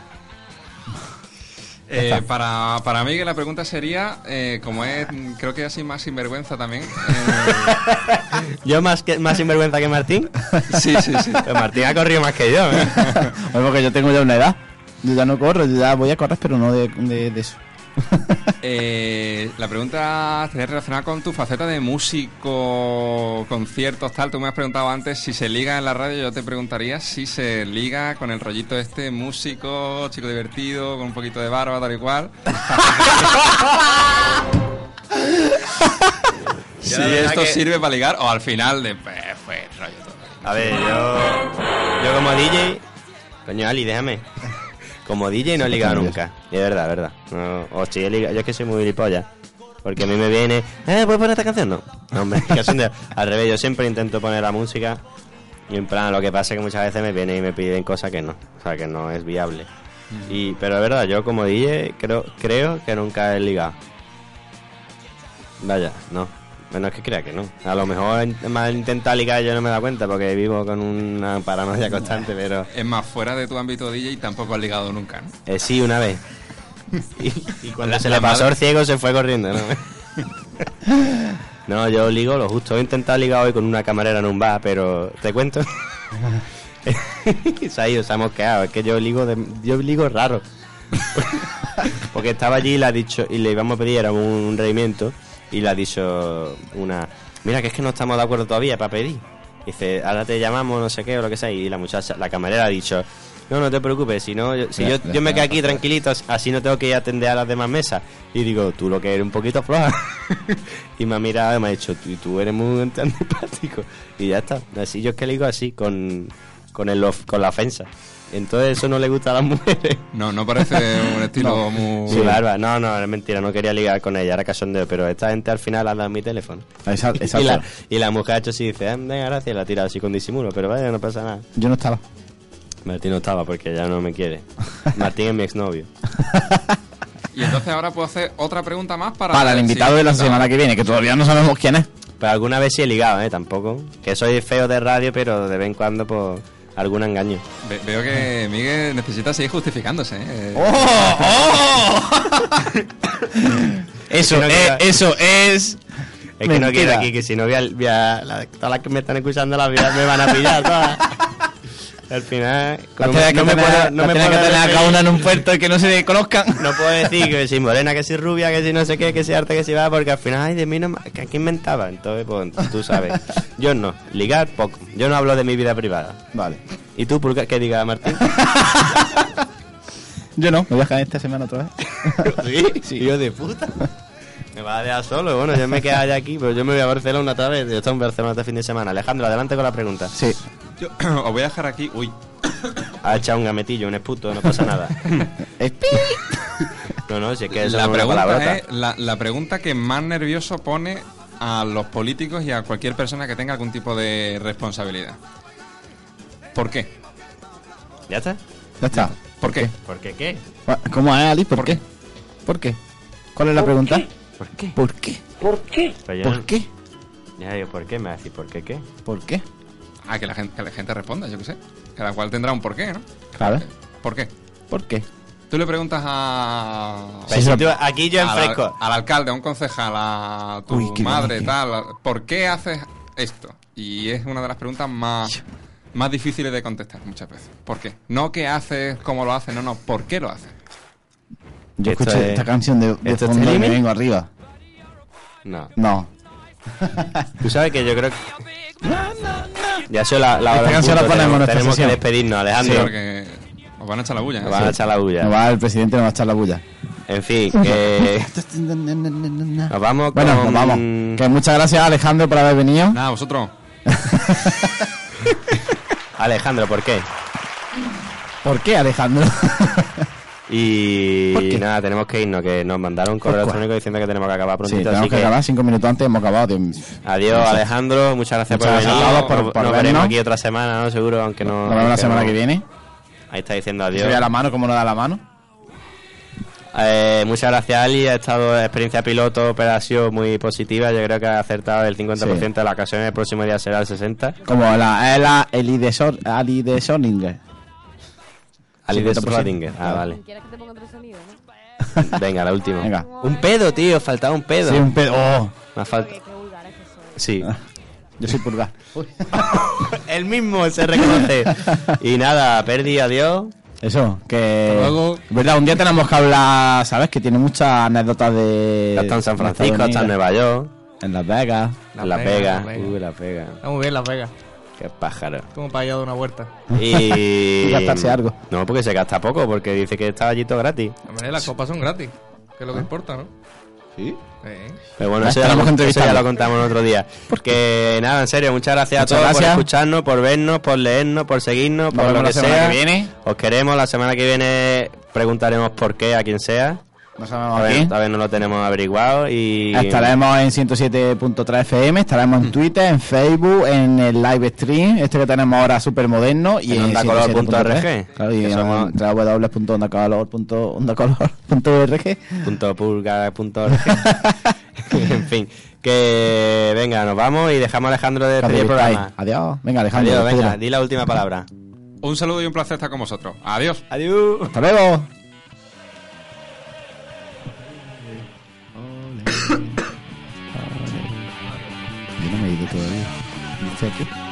Speaker 4: Eh, para, para mí, que la pregunta sería: eh, como es, mm, creo que así más sinvergüenza también. eh,
Speaker 2: Yo más que más sinvergüenza que
Speaker 3: <laughs>
Speaker 2: Martín.
Speaker 4: sí, sí, sí.
Speaker 2: Pero Martín ha corrido más que yo. ¿eh?
Speaker 3: Oye, porque yo tengo ya una edad. Yo ya no corro, yo ya voy a correr, pero no de, de- de eso.
Speaker 4: Eh, la pregunta tenía relacionada con tu faceta de músico, conciertos, tal. Tú me has preguntado antes si se liga en la radio. Yo te preguntaría si se liga con el rollito este músico, chico divertido, con un poquito de barba, tal y cual. si esto sirve para ligar o al final de pues, pues, rollo todo.
Speaker 2: A ver, yo. Yo como DJ. Coño, Ali, déjame. Como DJ no he ligado nunca. Y es verdad, es verdad. No, o si he ligado- Yo es que soy muy gilipollas. Porque a mí me viene. ¿Eh, puedes poner esta canción? No. No, hombre, <laughs> que es un de- Al revés, yo siempre intento poner la música. Y en plan, lo que pasa es que muchas veces me vienen y me piden cosas que no. O sea, que no es viable. Y, pero es verdad, yo como DJ creo, creo que nunca he ligado. Vaya, no. Menos que crea que no. A lo mejor in- me han intentado ligar y yo no me he dado cuenta porque vivo con una paranoia constante, pero
Speaker 4: Es más, fuera de tu ámbito DJ tampoco has ligado nunca, ¿no?
Speaker 2: eh, sí, una vez. Y, y cuando
Speaker 4: La-
Speaker 2: se
Speaker 4: la
Speaker 2: le pasó
Speaker 4: madre-
Speaker 2: el ciego se fue corriendo. ¿no? No, yo ligo lo justo. He intentado ligar hoy con una camarera en un bar, pero te cuento. <laughs> se ha ido, se ha mosqueado. Es que yo ligo, de- yo ligo raro. Porque estaba allí y le, ha dicho, y le íbamos a pedir, era un regimiento, y le ha dicho una... Mira, que es que no estamos de acuerdo todavía para pedir. Dice, ahora te llamamos, no sé qué, o lo que sea. Y la muchacha, la camarera ha dicho... No, no te preocupes, si, no, yo- si
Speaker 3: Ya,
Speaker 2: yo,
Speaker 3: ya
Speaker 2: yo me
Speaker 3: está,
Speaker 2: quedo aquí
Speaker 3: ya está.
Speaker 2: tranquilito, así no tengo que ir a atender a las demás mesas. Y digo, tú lo que eres un poquito floja. <laughs> y me ha mirado y me ha dicho, tú, tú eres muy <laughs> antipático. Y ya está. Así yo es que le digo así, con, con, el, of- con la ofensa. Entonces eso no le gusta a las <laughs> mujeres.
Speaker 4: No, no parece un estilo muy.
Speaker 2: Sí, barba. No, no, es mentira, no quería ligar con ella, era cachondeo, pero esta gente al final ha dado mi teléfono.
Speaker 3: Esa-
Speaker 2: <laughs>
Speaker 3: Exacto.
Speaker 2: Y la, y la mujer ha hecho así, dice, "Ah, venga, gracias, y la ha tirado así con disimulo, pero vaya, no pasa nada.
Speaker 3: Yo no estaba.
Speaker 2: Martín no estaba porque ya no me <laughs> quiere. Martín es mi exnovio.
Speaker 4: Y entonces ahora puedo hacer otra pregunta más para.
Speaker 3: Para el invitado de la semana que viene, que todavía no sabemos quién
Speaker 2: <laughs>
Speaker 3: es.
Speaker 2: Pero alguna vez sí he ligado, ¿eh? Tampoco. Que soy feo de radio, pero de vez en cuando, por algún engaño.
Speaker 4: Ve- veo que Miguel necesita seguir justificándose. ¿eh?
Speaker 3: ¡Oh!
Speaker 2: eh, Es
Speaker 3: eso,
Speaker 2: que no
Speaker 3: es,
Speaker 2: queda-
Speaker 3: eso es.
Speaker 2: Es que no quiero
Speaker 3: Mentira.
Speaker 2: aquí, que si no voy a... voy a- la- todas las que me están escuchando las voy a- me van a pillar <laughs> todas. Al final...
Speaker 3: La
Speaker 2: como-
Speaker 3: tienes que tener-
Speaker 2: puedo-
Speaker 3: la
Speaker 2: me
Speaker 3: tienes que
Speaker 2: puedo
Speaker 3: tener a cada
Speaker 2: referir-
Speaker 3: una en un puerto y que no se conozcan.
Speaker 2: No puedo decir que si morena, que si rubia, que si no sé qué, que si arte, que si va, porque al final, ay, de mí no... ma- que- ¿Qué inventaba? Entonces, pues, tú sabes. Yo no. Ligar, poco. Yo no hablo de mi vida privada.
Speaker 3: Vale.
Speaker 2: ¿Y tú, por qué, qué diga Martín?
Speaker 3: Yo no, me voy a dejar esta semana otra vez.
Speaker 2: <laughs> ¿Sí? Yo de puta. Me va a dejar solo, bueno, yo me quedo ya aquí, pero yo me voy a Barcelona otra vez. Yo estoy en Barcelona este fin de semana. Alejandro, adelante con la pregunta.
Speaker 3: Sí.
Speaker 4: Yo- <clears throat> os voy a dejar aquí. Uy.
Speaker 2: Ha echado un gametillo, un esputo, no pasa nada.
Speaker 3: Espi.
Speaker 2: No, no, si es que eso
Speaker 4: La
Speaker 2: no es una
Speaker 4: pregunta
Speaker 2: palabrota.
Speaker 4: es la, la pregunta que más nervioso pone a los políticos y a cualquier persona que tenga algún tipo de responsabilidad. ¿Por qué?
Speaker 2: ¿Ya está?
Speaker 3: Ya está.
Speaker 4: ¿Por qué?
Speaker 2: ¿Por qué qué?
Speaker 3: ¿Cómo es, Ali? ¿Por, qué? ¿Por qué? ¿Cuál es la pregunta?
Speaker 2: ¿Por qué?
Speaker 3: ¿Por qué?
Speaker 2: Pero yo
Speaker 3: ¿Por
Speaker 2: no-
Speaker 3: qué?
Speaker 2: Pues Ya digo, ¿por qué? Me va a decir, ¿por qué qué?
Speaker 3: ¿Por qué?
Speaker 4: Ah, que la gente, que la gente responda, yo qué sé. Cada cual tendrá un porqué, ¿no?
Speaker 3: Claro.
Speaker 4: ¿Por qué?
Speaker 3: ¿Por qué?
Speaker 4: Tú le preguntas a.
Speaker 2: Pero
Speaker 3: Sí,
Speaker 2: Pues si
Speaker 3: sí.
Speaker 2: tú- aquí yo en
Speaker 4: al,
Speaker 2: fresco.
Speaker 4: al alcalde, a un concejal, a tu
Speaker 3: Uy, qué
Speaker 4: madre,
Speaker 3: bien,
Speaker 4: tal. a- ¿Por qué haces esto? Y es una de las preguntas más, más difíciles de contestar muchas veces. ¿Por qué? No qué haces, cómo lo haces, no, no, ¿por qué lo haces?
Speaker 3: Yo
Speaker 2: Esto
Speaker 3: escuché
Speaker 2: es-
Speaker 3: esta canción de, de
Speaker 2: ¿esto es
Speaker 3: fondo y me
Speaker 2: streaming?
Speaker 3: vengo arriba.
Speaker 2: No.
Speaker 3: No.
Speaker 2: Tú sabes que yo creo que. Ya soy la, la
Speaker 3: Esta
Speaker 2: hora en
Speaker 3: canción la
Speaker 2: punto,
Speaker 3: ponemos
Speaker 2: tenemos,
Speaker 3: en esta
Speaker 2: tenemos que
Speaker 3: sesión.
Speaker 2: despedirnos,
Speaker 4: Sí,
Speaker 2: Alejandro.
Speaker 4: porque os van a echar la bulla. ¿eh?
Speaker 2: Nos van a echar la bulla.
Speaker 3: No va el presidente, no va a echar la bulla.
Speaker 2: En fin, que. Nos vamos con.
Speaker 3: Bueno, nos vamos. Que muchas gracias Alejandro por haber venido.
Speaker 4: Nada, vosotros.
Speaker 2: Alejandro, ¿por qué?
Speaker 3: ¿Por qué Alejandro? ¿Por
Speaker 2: Y
Speaker 3: qué?
Speaker 2: né, tenemos que irnos, que nos mandaron un correo
Speaker 3: ¿Por cuál?
Speaker 2: electrónico diciendo que tenemos que acabar
Speaker 3: sí,
Speaker 2: prontito, así
Speaker 3: tenemos que
Speaker 2: que
Speaker 3: acabar cinco minutos antes, hemos acabado. Dios.
Speaker 2: adiós Alejandro, muchas gracias por
Speaker 3: Muchas
Speaker 2: venir,
Speaker 3: gracias a todos por-
Speaker 2: Nos-
Speaker 3: por
Speaker 2: nos
Speaker 3: vernos.
Speaker 2: veremos aquí otra semana, ¿no? Seguro, aunque no...
Speaker 3: Nos vemos la
Speaker 2: aunque
Speaker 3: semana
Speaker 2: no-
Speaker 3: que viene.
Speaker 2: Ahí está diciendo
Speaker 3: Se ve a
Speaker 2: adiós.
Speaker 3: la mano como no da la mano.
Speaker 2: Eh, muchas gracias Ali, ha estado experiencia piloto, pero ha sido muy positiva, yo creo que ha acertado el 50% de las ocasiones, el próximo día será el 60%.
Speaker 3: Como la, es la Eli de, Sor, Ali de Soninger.
Speaker 2: Ali de
Speaker 3: 50%.
Speaker 2: Schrödinger, ah, vale.
Speaker 3: <laughs>
Speaker 6: ¿Quieres que te ponga otro sonido? No?
Speaker 2: Venga, la última.
Speaker 3: Venga.
Speaker 2: Un pedo, tío, faltaba un pedo.
Speaker 3: Sí, un pedo. Oh,
Speaker 2: Más falta...
Speaker 6: Qué vulgar es que soy.
Speaker 2: Sí.
Speaker 3: <laughs> yo soy pulgar.
Speaker 2: El mismo se
Speaker 3: <laughs>
Speaker 2: reconoce. y nada, Perdi, adiós.
Speaker 3: Eso, que.
Speaker 7: Hasta luego.
Speaker 3: ¿Verdad? Un día tenemos que hablar, ¿sabes? Que tiene muchas anécdotas de.
Speaker 2: Ya está en San Francisco,
Speaker 3: Estados
Speaker 2: está en
Speaker 3: Unidos,
Speaker 2: Nueva York,
Speaker 3: en Las Vegas.
Speaker 2: en Las Vegas.
Speaker 7: Las
Speaker 2: Uy, Las Vegas.
Speaker 7: Está muy bien Las Vegas.
Speaker 2: Qué pájaro.
Speaker 3: <laughs>
Speaker 7: Como para allá de una vuelta.
Speaker 2: Y.
Speaker 3: gastarse algo.
Speaker 2: No, porque se gasta poco, porque dice que estaba allí todo gratis.
Speaker 7: Hombre, las copas son gratis. Que es lo que importa, ¿no? Sí.
Speaker 2: Pero bueno,
Speaker 3: Ah,
Speaker 2: eso ya,
Speaker 3: tenemos
Speaker 2: lo,
Speaker 3: que
Speaker 2: eso
Speaker 3: entrevistarlo.
Speaker 2: ya lo contamos otro día. Porque nada, en serio, muchas gracias
Speaker 3: Muchas
Speaker 2: a todos
Speaker 3: gracias.
Speaker 2: por escucharnos, por vernos, por leernos, por seguirnos,
Speaker 3: Nos
Speaker 2: por lo
Speaker 3: vemos
Speaker 2: que
Speaker 3: la semana
Speaker 2: sea.
Speaker 3: que viene.
Speaker 2: Os queremos, la semana que viene preguntaremos por qué a quien sea.
Speaker 3: Nos
Speaker 2: A
Speaker 3: sabemos
Speaker 2: ver,
Speaker 3: aquí.
Speaker 2: todavía no lo tenemos averiguado y. eh, Mm.
Speaker 3: Estaremos en 107.3 FM, estaremos en Twitter, en Facebook, en el live stream, este que tenemos ahora súper moderno y
Speaker 2: En
Speaker 3: en,
Speaker 2: ondacolor.org.
Speaker 3: 107.3. Claro, y
Speaker 2: Que
Speaker 3: en
Speaker 2: somos- Este
Speaker 3: www.ondacolor.ondacolor.org.
Speaker 2: punto pulga punto
Speaker 3: <laughs>
Speaker 2: org. <laughs> en fin que venga nos vamos y dejamos a Alejandro de despedir el programa
Speaker 3: Adiós. Venga, Alejandro.
Speaker 2: adiós venga
Speaker 3: despídela.
Speaker 2: di la última palabra
Speaker 4: Un saludo y un placer estar con vosotros. Adiós.
Speaker 2: adiós
Speaker 3: Hasta luego. salido todavía. Dice aquí.